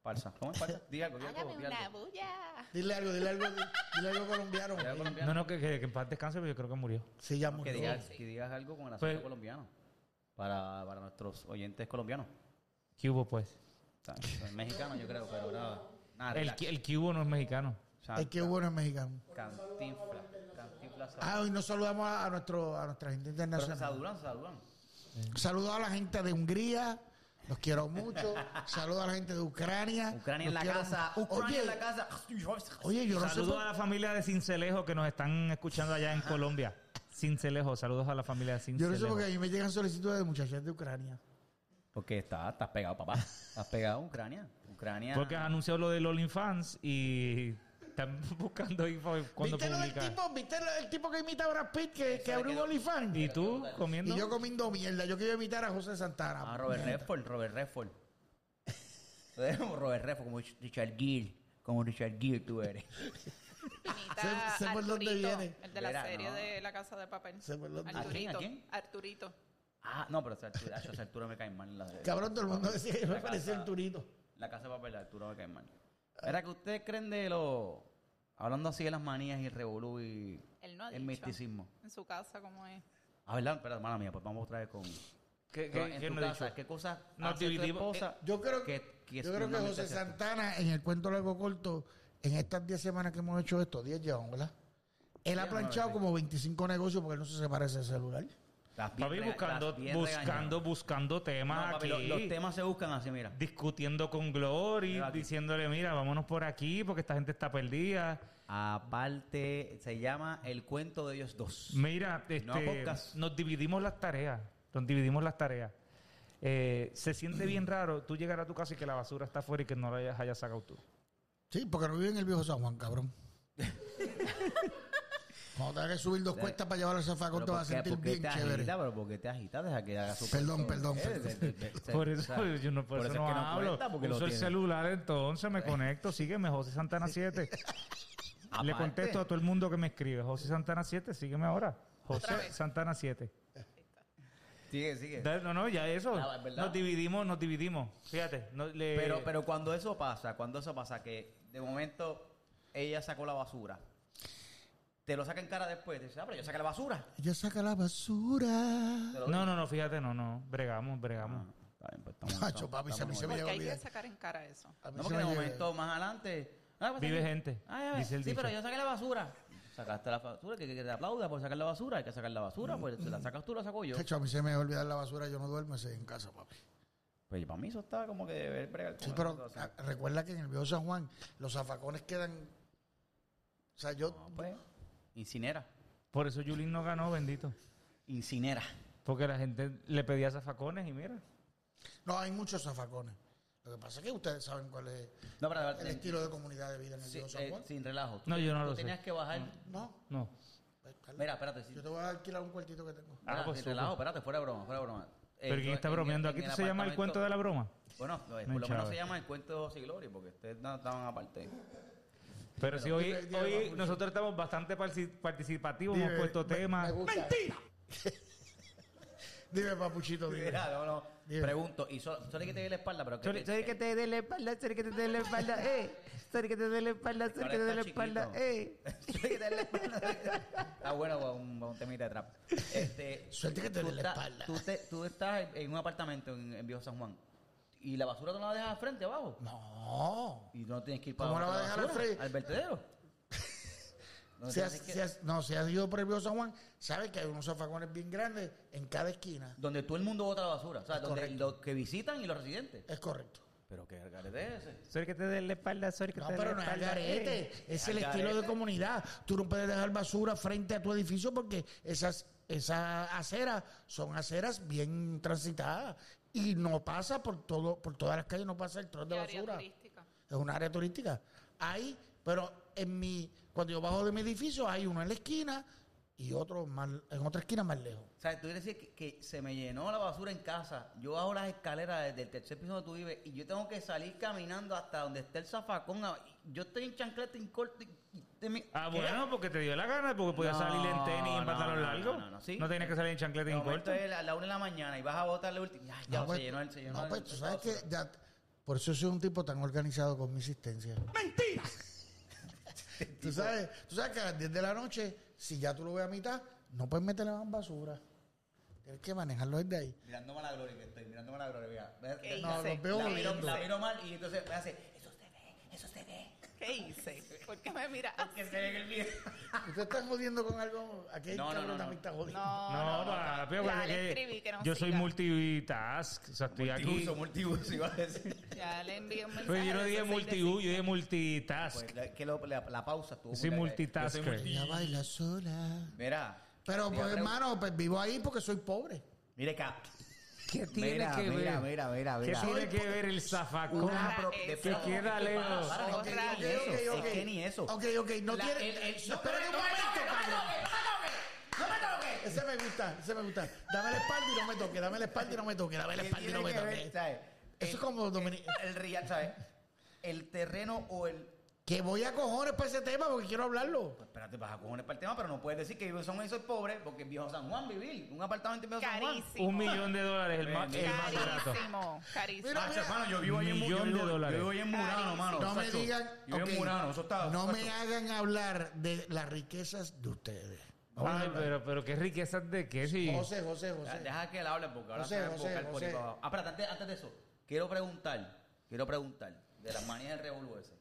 Speaker 2: falsa. ¿Cómo es falsa? Di algo, di algo,
Speaker 4: Hágame
Speaker 2: di
Speaker 4: una
Speaker 2: algo.
Speaker 4: bulla.
Speaker 1: Dile algo, dile algo, dile algo colombiano.
Speaker 2: Di algo
Speaker 3: No,
Speaker 2: colombiano.
Speaker 3: no, que, que, que en paz descanse, pero yo creo que murió.
Speaker 1: Se llama.
Speaker 2: Que
Speaker 1: Orlando.
Speaker 2: digas, que digas algo con el acento
Speaker 3: Pues-
Speaker 2: colombiano. Para, para nuestros oyentes colombianos.
Speaker 3: ¿Qué hubo, pues?
Speaker 2: O sea, Son mexicanos, yo creo, pero nada. Nada,
Speaker 3: El,
Speaker 2: Ah, relax.
Speaker 3: qui- el que hubo no es mexicano.
Speaker 2: O sea,
Speaker 1: Es que bueno es mexicano.
Speaker 2: Cantinflas. Cantinflas.
Speaker 1: Ah, hoy nos saludamos a, a nuestro, a nuestra gente
Speaker 2: Pero se
Speaker 1: internacional.
Speaker 2: saludan, se saludan.
Speaker 1: Saludos a la gente de Hungría. Los quiero mucho. Saludos a la gente de Ucrania.
Speaker 2: Ucrania
Speaker 1: los
Speaker 2: en la
Speaker 1: quiero-
Speaker 2: casa.
Speaker 1: Oye,
Speaker 2: Ucrania en la casa.
Speaker 1: Oye, yo no sé.
Speaker 3: Saludos
Speaker 1: por-
Speaker 3: a la familia de Cincelejo que nos están escuchando allá en Colombia. Cincelejo, saludos a la familia de
Speaker 1: Yo
Speaker 3: Cincelejo.
Speaker 1: no sé porque a mí me llegan solicitudes de muchachas de Ucrania.
Speaker 2: Porque está, estás pegado, papá. Estás pegado a Ucrania. Ucrania.
Speaker 3: Porque has anunciado lo del OnlyFans y están buscando info cuando
Speaker 1: ¿Viste lo del
Speaker 3: publica.
Speaker 1: tipo? ¿Viste lo del tipo que imita a Brad Pitt que, que
Speaker 2: le
Speaker 1: abrió un
Speaker 2: quedó.
Speaker 1: OnlyFans?
Speaker 3: ¿Y tú comiendo?
Speaker 1: Y yo comiendo mierda. Yo quiero imitar a José Santana.
Speaker 2: Ah, Robert
Speaker 1: puñeta.
Speaker 2: Redford, Robert Redford. Como Robert Redford, como Richard Gill. Como Richard Gill tú eres.
Speaker 4: Imita
Speaker 1: Sé- sé por dónde
Speaker 4: Arturito,
Speaker 1: viene.
Speaker 4: el de la
Speaker 2: Mira,
Speaker 4: serie
Speaker 2: no.
Speaker 4: de La Casa de Papel.
Speaker 1: Sé por dónde-
Speaker 2: ¿A quién, a
Speaker 4: Arturito.
Speaker 2: quién?
Speaker 4: Arturito.
Speaker 2: Ah, no, pero esa altura, esa altura me cae mal. La,
Speaker 1: Cabrón, todo el mundo decía que me
Speaker 2: La
Speaker 1: parecía
Speaker 2: casa-
Speaker 1: el turito.
Speaker 2: La casa de papel, la altura me cae mal. Era que ustedes creen de lo. Hablando así de las manías y el revolú y
Speaker 4: Él no ha
Speaker 2: el
Speaker 4: dicho.
Speaker 2: misticismo.
Speaker 4: En su casa, como es.
Speaker 2: Ah, ¿verdad? Pero, hermana mía, pues vamos otra vez con.
Speaker 3: ¿Qué,
Speaker 2: Pero,
Speaker 3: qué-
Speaker 2: en
Speaker 3: qué
Speaker 2: tu
Speaker 3: me ha
Speaker 2: casa,
Speaker 3: dicho?
Speaker 2: ¿Qué cosas
Speaker 3: No, eh,
Speaker 2: hace tu
Speaker 3: dividivo-
Speaker 2: esposa?
Speaker 1: Yo creo que,
Speaker 2: que
Speaker 1: yo creo que
Speaker 2: normalmente
Speaker 1: José
Speaker 2: haces tú?
Speaker 1: Santana, en el cuento largo corto, en estas 10 semanas que hemos hecho esto, 10 llevamos, ¿verdad? Él ha
Speaker 2: Diez,
Speaker 1: planchado
Speaker 2: nueve, sí.
Speaker 1: como 25 negocios porque él no se separa de ese celular.
Speaker 2: Estás bien
Speaker 3: Papi,
Speaker 2: rega-
Speaker 3: buscando,
Speaker 2: estás bien
Speaker 3: buscando,
Speaker 2: regañado.
Speaker 3: buscando temas
Speaker 2: No, papi, lo-
Speaker 3: aquí.
Speaker 2: los temas se buscan así, mira.
Speaker 3: discutiendo con Glory,
Speaker 2: Mira aquí.
Speaker 3: diciéndole, mira, vámonos por aquí porque esta gente está perdida.
Speaker 2: Aparte, se llama El cuento de ellos dos.
Speaker 3: Mira, este,
Speaker 2: podcast.
Speaker 3: nos dividimos las tareas, nos dividimos las tareas. Eh, se siente bien raro tú llegar a tu casa y que la basura está afuera y que no la hayas, hayas sacado tú.
Speaker 1: Sí, porque no vive en el viejo San Juan, cabrón. Cuando tenga que subir dos cuestas para llevar al sofá,
Speaker 2: Pero
Speaker 1: te vas a
Speaker 2: ¿por qué-
Speaker 1: sentir
Speaker 2: por qué
Speaker 1: bien
Speaker 2: te
Speaker 1: chévere.
Speaker 2: agitas? pero porque te agitas, deja que haga su
Speaker 1: Perdón,
Speaker 2: cuento.
Speaker 1: perdón,
Speaker 2: Eh,
Speaker 1: perdón.
Speaker 2: de- de- de-
Speaker 3: por
Speaker 2: de-
Speaker 3: eso
Speaker 2: o sea,
Speaker 3: yo no,
Speaker 2: por
Speaker 3: por eso
Speaker 2: es
Speaker 3: no
Speaker 2: que
Speaker 3: hablo.
Speaker 2: cuenta, porque lo
Speaker 3: Uso el
Speaker 2: tiene.
Speaker 3: celular entonces, me conecto, sígueme José Santana 7. Le
Speaker 2: Aparte,
Speaker 3: contesto a todo el mundo que me escribe, José Santana 7, sígueme ahora. José Santana 7.
Speaker 2: Sigue, sigue.
Speaker 3: Da- No, no, ya eso.
Speaker 2: Ah, ¿verdad?
Speaker 3: Nos dividimos, nos dividimos. Fíjate. no- le-
Speaker 2: Pero, pero cuando eso pasa, cuando eso pasa, que de momento ella sacó la basura, te lo saca en cara después, te dice, ah, pero yo saqué la basura.
Speaker 1: Ella saca la basura.
Speaker 2: Te lo
Speaker 3: No, no, no, fíjate, no, no. Bregamos, bregamos.
Speaker 2: Ah, está bien, pues estamos-
Speaker 1: Macho,
Speaker 2: estamos-
Speaker 1: papi, se me
Speaker 2: estamos-
Speaker 1: hizo-
Speaker 4: Porque
Speaker 1: lleva
Speaker 4: hay que
Speaker 1: bien.
Speaker 4: sacar en cara eso.
Speaker 1: A mí se
Speaker 2: No, porque
Speaker 1: me
Speaker 2: de
Speaker 1: llega.
Speaker 2: momento más adelante. ah, pues,
Speaker 3: Vive
Speaker 2: aquí-
Speaker 3: gente,
Speaker 2: Ah, ya ves.
Speaker 3: dice el
Speaker 2: sí,
Speaker 3: dicho.
Speaker 2: pero yo saqué la basura. Sacaste la basura, que, que te aplauda por sacar la basura, hay que sacar la basura, pues se la sacas tú, la saco yo.
Speaker 1: Mm. Chacho, a mí se me va a olvidar la basura, yo no duermo ese en casa, papi.
Speaker 2: Pues para mí eso está como que deber bregar con
Speaker 1: Sí,
Speaker 2: la
Speaker 1: pero
Speaker 2: situación.
Speaker 1: ah, recuerda que en el viejo San Juan los zafacones quedan. O sea, yo.
Speaker 2: No, pues, incinera.
Speaker 3: Por eso Yulín no ganó, bendito.
Speaker 2: Incinera.
Speaker 3: Porque la gente le pedía zafacones y mira.
Speaker 1: No, hay muchos zafacones. Lo que pasa es que ustedes saben cuál es
Speaker 2: No, para
Speaker 1: el estilo de comunidad de vida en el viejo
Speaker 2: eh,
Speaker 1: San Juan.
Speaker 2: sin relajo. Tú
Speaker 3: No, yo no
Speaker 2: tú
Speaker 3: lo sé. Mm.
Speaker 2: tenías que bajar.
Speaker 1: No.
Speaker 3: No.
Speaker 1: pues, Carlos,
Speaker 2: Mira, espérate. si-
Speaker 1: Yo te voy a alquilar un cuartito que tengo.
Speaker 3: Ah,
Speaker 2: Mira,
Speaker 3: pues,
Speaker 2: sin
Speaker 3: súper.
Speaker 2: relajo, espérate, fuera de broma, fuera de broma. Eh,
Speaker 3: Pero ¿quién
Speaker 2: yo
Speaker 3: está
Speaker 2: en el-
Speaker 3: bromeando?
Speaker 2: en
Speaker 3: Aquí
Speaker 2: el
Speaker 3: se llama el cuento de la broma.
Speaker 2: Bueno, no, eh,
Speaker 3: No,
Speaker 2: por lo menos
Speaker 3: chaval.
Speaker 2: se llama el cuento de José Gloria, porque ustedes no estaban aparte.
Speaker 3: Pero si hoy,
Speaker 1: dime, dime,
Speaker 3: hoy
Speaker 1: Mauricio.
Speaker 3: nosotros estamos bastante parci- participativos,
Speaker 1: Dime,
Speaker 3: hemos puesto
Speaker 1: me-
Speaker 3: temas.
Speaker 1: me gusta. dime, papuchito, dime.
Speaker 2: Mira, no, no.
Speaker 1: Dime.
Speaker 2: Pregunto, y solo, solo hay que te dé la espalda, pero que.
Speaker 3: Sorry, sorry que te dé la espalda, sorry que te dé la espalda, eh. Sorry que te dé la espalda, sorry
Speaker 2: Ahora
Speaker 3: que te dé la
Speaker 2: está
Speaker 3: espalda,
Speaker 2: chiquito.
Speaker 3: eh.
Speaker 2: Sorry que te dé la espalda. Está bueno para un, para un temita de trap. Este,
Speaker 1: Suerte que te
Speaker 2: tú
Speaker 1: dé la
Speaker 2: estás-
Speaker 1: espalda.
Speaker 2: Tú, te- tú estás en un apartamento en, en Viejo San Juan y la basura tú no la dejas al frente, abajo.
Speaker 1: No.
Speaker 2: Y no tienes que ir para
Speaker 1: ¿Cómo la
Speaker 2: abajo
Speaker 1: vas a dejar al
Speaker 2: basura,
Speaker 1: frente?
Speaker 2: Al vertedero. No
Speaker 1: Si has,
Speaker 2: tienes que-
Speaker 1: si has- no, si has ido por el viejo San Juan, sabes que hay unos zafacones bien grandes en cada esquina.
Speaker 2: Donde todo el mundo bota la basura. O sea,
Speaker 1: Es
Speaker 2: donde
Speaker 1: correcto.
Speaker 2: los que visitan y los residentes.
Speaker 1: Es correcto.
Speaker 2: Pero qué garete es ese.
Speaker 3: Sorry que te dé la espalda, sorry que
Speaker 1: No,
Speaker 3: te dé la
Speaker 1: pero no
Speaker 3: espalda.
Speaker 1: es al
Speaker 3: eh.
Speaker 1: garete. Es el
Speaker 2: Al
Speaker 1: estilo de
Speaker 2: garete.
Speaker 1: comunidad. Tú no puedes dejar basura frente a tu edificio porque esas, esas aceras son aceras bien transitadas. Y no pasa por todo, por todas las calles, no pasa el tron de
Speaker 4: Y área
Speaker 1: basura.
Speaker 4: turística.
Speaker 1: Es un área turística. Ahí, pero en mi, Cuando yo bajo de mi edificio, hay uno en la esquina y otro más, en otra esquina más lejos.
Speaker 2: O sea, tú quieres decir que, que se me llenó la basura en casa. Yo bajo las escaleras desde el tercer piso donde tú vives y yo tengo que salir caminando hasta donde está el zafacón. A- Yo estoy en chancleta, en corto. y- y- de mi-
Speaker 3: Ah,
Speaker 2: ¿Qué?
Speaker 3: bueno, porque te dio la gana, porque podías
Speaker 2: No,
Speaker 3: salir en tenis y en
Speaker 2: no,
Speaker 3: pantalón
Speaker 2: no,
Speaker 3: largo.
Speaker 2: no, no, no, sí.
Speaker 3: tenías que salir en chancleta y
Speaker 2: De
Speaker 3: en
Speaker 2: momento
Speaker 3: corto.
Speaker 2: es la, la una de la mañana y vas a botar la última. Ya, ya,
Speaker 1: No, pues,
Speaker 2: se llenó el se llenó
Speaker 1: No,
Speaker 2: el-
Speaker 1: pues tú
Speaker 2: el-
Speaker 1: sabes que ya- por eso soy un tipo tan organizado con mi existencia. ¡Mentira! tú, sabes, tú sabes que a las 10 de la noche, si ya tú lo ves a mitad, no puedes meterle más basura. Tienes que manejarlo desde ahí.
Speaker 2: Mirándome a la gloria que estoy, mirándome a la gloria. Mira, Ve-
Speaker 4: ¿Qué
Speaker 2: ve-
Speaker 4: No, hice?
Speaker 1: los veo
Speaker 2: la, miro,
Speaker 1: oliendo.
Speaker 2: la miro mal y entonces me hace, eso se ve, eso se ve.
Speaker 4: ¿Qué hice? ¿Por qué me miras?
Speaker 2: Que se ve en el video.
Speaker 1: Usted está jodiendo con algo. Aquí hay
Speaker 2: No, no,
Speaker 1: cabrón
Speaker 2: no, no.
Speaker 1: también está jodiendo.
Speaker 4: No,
Speaker 3: No,
Speaker 4: no, no.
Speaker 3: papi,
Speaker 4: Ya
Speaker 3: porque
Speaker 4: le
Speaker 3: que
Speaker 4: escribí que no
Speaker 3: yo soy
Speaker 4: siga.
Speaker 3: multitask, o sea, estoy aquí.
Speaker 2: Multiuso, multiuso, iba a decir.
Speaker 4: Ya le envié un mensaje.
Speaker 3: Pero Pues yo no
Speaker 4: de
Speaker 3: dije
Speaker 4: esas seis de
Speaker 3: multiuso, yo
Speaker 4: cinco.
Speaker 3: dije multitask.
Speaker 2: Pues la, que lo- la, la pausa estuvo.
Speaker 3: Soy
Speaker 2: muy larga.
Speaker 3: multitasker.
Speaker 2: Yo soy multi-
Speaker 1: Ella baila sola.
Speaker 2: Mira.
Speaker 1: Pero,
Speaker 2: mira,
Speaker 1: pues,
Speaker 2: pre-
Speaker 1: hermano, pues vivo ahí porque soy pobre.
Speaker 2: Mire acá.
Speaker 3: ¿Qué
Speaker 2: Mira, mira, mira, mira,
Speaker 3: ¿Qué
Speaker 2: mira.
Speaker 3: tiene que ver el zafacón?
Speaker 2: Una
Speaker 4: Ahora
Speaker 2: pro-
Speaker 4: eso.
Speaker 2: de-
Speaker 4: Que
Speaker 2: no,
Speaker 3: queda
Speaker 2: para,
Speaker 3: lejos.
Speaker 2: para, no,
Speaker 4: Ahorra
Speaker 2: es que ni
Speaker 4: eso,
Speaker 2: eso,
Speaker 1: ok.
Speaker 2: es que ni eso.
Speaker 1: Ok, ok, no
Speaker 2: La-
Speaker 1: tiene. eh,
Speaker 2: el- el-
Speaker 1: no, espérate un momento, cabrón. Ese me gusta, ese me gusta. Dame la espalda y no me toque, dame la espalda y no me toque, dame la
Speaker 2: ¿Qué
Speaker 1: espalda y
Speaker 2: tiene
Speaker 1: no me
Speaker 2: que ver,
Speaker 1: toque.
Speaker 2: sabes?
Speaker 1: Eso es como domini-
Speaker 2: El ria- ¿sabes? El terreno o el...
Speaker 1: Que voy a cojones para ese tema porque quiero hablarlo.
Speaker 2: Pues espérate, vas a cojones para el tema, pero no puedes decir que vivo en San Juan y soy pobre, porque en viejo San Juan vivir, un apartamento en viejo San Juan.
Speaker 4: Carísimo.
Speaker 3: Un millón de dólares, el más, el más barato.
Speaker 4: Carísimo, carísimo.
Speaker 1: Mira,
Speaker 2: Macho, hermano, yo vivo ahí en Mu-
Speaker 3: Millón
Speaker 2: yo vivo-
Speaker 3: de
Speaker 2: Yo
Speaker 3: dólares.
Speaker 2: vivo ahí en Murano, mano.
Speaker 1: No me
Speaker 2: chacho.
Speaker 1: digan.
Speaker 2: Yo vivo
Speaker 1: ok,
Speaker 2: en Murano, eso está.
Speaker 1: No me
Speaker 2: chacho.
Speaker 1: hagan hablar de las riquezas de ustedes. Vamos a
Speaker 3: Ay,
Speaker 1: hablar.
Speaker 3: pero, pero qué riquezas de qué, sí.
Speaker 1: José, José,
Speaker 2: Ya,
Speaker 1: José.
Speaker 2: Deja que él hable porque ahora
Speaker 1: José,
Speaker 2: se va a
Speaker 1: José,
Speaker 2: enfocar por ahí
Speaker 1: José.
Speaker 2: para abajo. Ah, espérate, antes, antes de eso, quiero preguntar, quiero preguntar de las manías del revolú ese.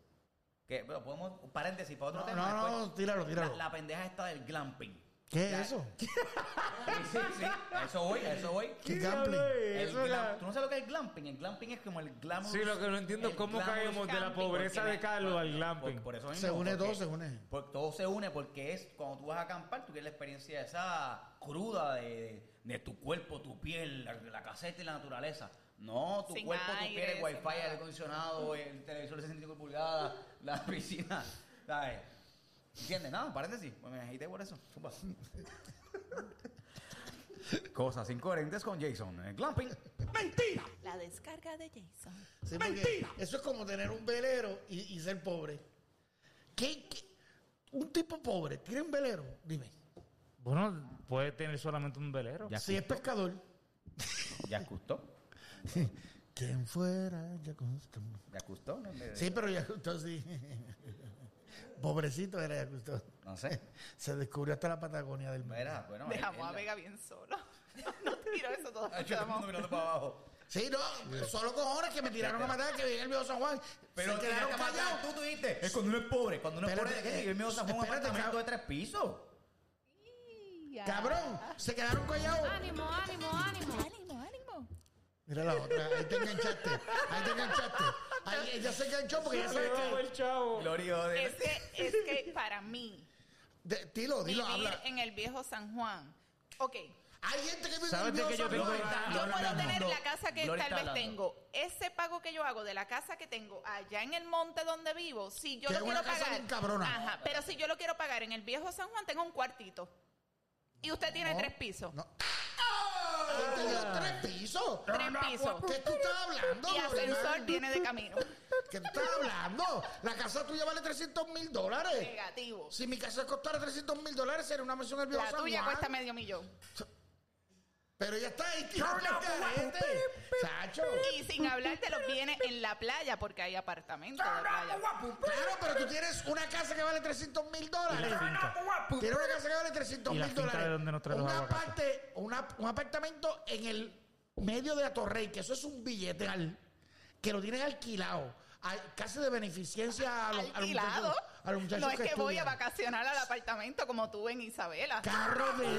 Speaker 2: Que, pero podemos, un paréntesis, para otro
Speaker 1: No,
Speaker 2: tema.
Speaker 1: no,
Speaker 2: después.
Speaker 1: no, tíralo,
Speaker 2: La-
Speaker 1: tíralo.
Speaker 2: La, pendeja está del glamping.
Speaker 1: ¿Qué
Speaker 2: Ya-
Speaker 1: es eso?
Speaker 2: Sí, sí, sí. A eso voy, a eso voy.
Speaker 1: ¿Qué
Speaker 3: diablo
Speaker 1: gambling?
Speaker 3: es?
Speaker 2: El
Speaker 3: Eso es la-
Speaker 2: glam- ¿Tú no sabes lo que es el glamping? El glamping es como el glamour.
Speaker 3: Sí, lo que no entiendo es
Speaker 2: el
Speaker 3: cómo
Speaker 2: glamour
Speaker 3: caemos de la
Speaker 2: camping,
Speaker 3: pobreza
Speaker 2: porque
Speaker 3: de
Speaker 2: me-
Speaker 3: Carlos
Speaker 2: por-
Speaker 3: al
Speaker 2: por-
Speaker 3: glamping.
Speaker 2: Por, eso mismo,
Speaker 1: Se une
Speaker 2: porque-
Speaker 1: todo, se une.
Speaker 2: porque Pues todo se une porque es cuando tú vas a acampar, tú quieres la experiencia esa cruda de, de- de tu cuerpo, tu piel, la, la caseta y la naturaleza. No, tu
Speaker 4: Sin
Speaker 2: cuerpo, tu piel, el
Speaker 4: aire, sin
Speaker 2: wifi, el
Speaker 4: nada.
Speaker 2: aire acondicionado, el televisor de 65 pulgadas, la piscina. ¿Sabes? ¿Entiendes? No, paréntesis. Pues me agité por eso. Zumba. Cosas incoherentes con Jason. Eh, El glamping. ¡Mentira!
Speaker 4: La descarga de Jason.
Speaker 1: Sí, porque Eso es como tener un velero y, y ser pobre. ¿Qué, qué- Un tipo pobre tiene un velero, dime.
Speaker 3: Bueno, puede tener solamente un velero.
Speaker 2: Ya.
Speaker 1: si es pescador.
Speaker 2: Ya gustó.
Speaker 1: Quien fuera, ya conozco.
Speaker 2: Ya gustó.
Speaker 1: Sí, pero ya gustó, sí. Pobrecito era ya gustó.
Speaker 2: No sé.
Speaker 1: Se descubrió hasta la Patagonia del mar.
Speaker 2: Mira, bueno.
Speaker 4: Dejamos
Speaker 2: él-
Speaker 4: a
Speaker 2: él-
Speaker 4: Vega bien solo. No tiro eso todo.
Speaker 2: Ah, yo todo el mundo mirando para abajo.
Speaker 1: Sí, no, solo cojones que me tiraron a matar, que viví en el viejo San Juan.
Speaker 2: Pero
Speaker 1: se quedaron
Speaker 2: que matar,
Speaker 1: callados.
Speaker 2: Tú tuviste. Es cuando uno es pobre. Cuando uno
Speaker 1: Espérate,
Speaker 2: es pobre, ¿de qué? Yo me voy a un
Speaker 1: espérate,
Speaker 2: apartamento
Speaker 1: cab-
Speaker 2: de tres pisos.
Speaker 1: Cabrón, se quedaron callados.
Speaker 5: Ánimo, ánimo, ánimo.
Speaker 4: Ánimo, ánimo.
Speaker 1: Mira la otra, ahí te enganchaste. Ahí te enganchaste. Ahí, ella se enganchó porque ella
Speaker 3: Se
Speaker 1: sabe
Speaker 3: le bajó
Speaker 1: que.
Speaker 3: el chavo.
Speaker 2: Gloria a Dios.
Speaker 4: Es que, es que para mí,
Speaker 1: De- dilo, dilo,
Speaker 4: vivir
Speaker 1: habla.
Speaker 4: en el viejo San Juan. Ok,
Speaker 1: Hay gente que vive
Speaker 3: ¿Sabes
Speaker 1: en
Speaker 3: de qué yo
Speaker 1: San
Speaker 3: tengo
Speaker 1: Juan.
Speaker 3: ganas?
Speaker 4: Yo
Speaker 2: Ah, no,
Speaker 4: puedo
Speaker 2: no,
Speaker 4: tener
Speaker 2: no.
Speaker 4: la casa que
Speaker 2: Gloria
Speaker 4: tal
Speaker 2: está
Speaker 4: vez
Speaker 2: hablando.
Speaker 4: tengo. Ese pago que yo hago de la casa que tengo allá en el monte donde vivo, si yo
Speaker 1: Que
Speaker 4: lo
Speaker 1: es
Speaker 4: quiero
Speaker 1: una casa
Speaker 4: pagar.
Speaker 1: bien cabrona.
Speaker 4: Ajá, pero si yo lo quiero pagar en el viejo San Juan, tengo un cuartito. Y usted tiene
Speaker 1: No,
Speaker 4: tres pisos.
Speaker 1: No. ¡Ah! Te dio tres pisos.
Speaker 4: Tres pisos.
Speaker 1: ¿Qué tú estás hablando,
Speaker 4: Y ascensor
Speaker 1: Lorena?
Speaker 4: tiene de camino.
Speaker 1: ¿Qué tú estás hablando? La casa tuya vale 300 mil dólares.
Speaker 4: Negativo.
Speaker 1: Si mi casa costara 300 mil dólares, sería una mansión del viejo
Speaker 4: La
Speaker 1: San
Speaker 4: tuya
Speaker 1: Juan.
Speaker 4: cuesta medio millón.
Speaker 1: Pero ya está ahí, tío. Sacho.
Speaker 4: Y sin hablar de los bienes en la playa, porque hay apartamentos de playa.
Speaker 1: Claro, pero tú tienes una casa que vale 300 mil dólares. Tiene una casa que vale 300
Speaker 3: ¿Y la
Speaker 1: mil
Speaker 3: finca
Speaker 1: dólares.
Speaker 3: de dónde nos trae los
Speaker 1: una
Speaker 3: aguacates?
Speaker 1: parte, una- un apartamento en el medio de Atorrey, que eso es un billetal, que lo tienen alquilado. Ay, casi de beneficencia a los, a los
Speaker 4: Alquilado.
Speaker 1: muchachos. a los muchachos
Speaker 4: No es que voy a
Speaker 1: estudian.
Speaker 4: vacacionar al apartamento como tú en Isabela.
Speaker 1: Carro, de,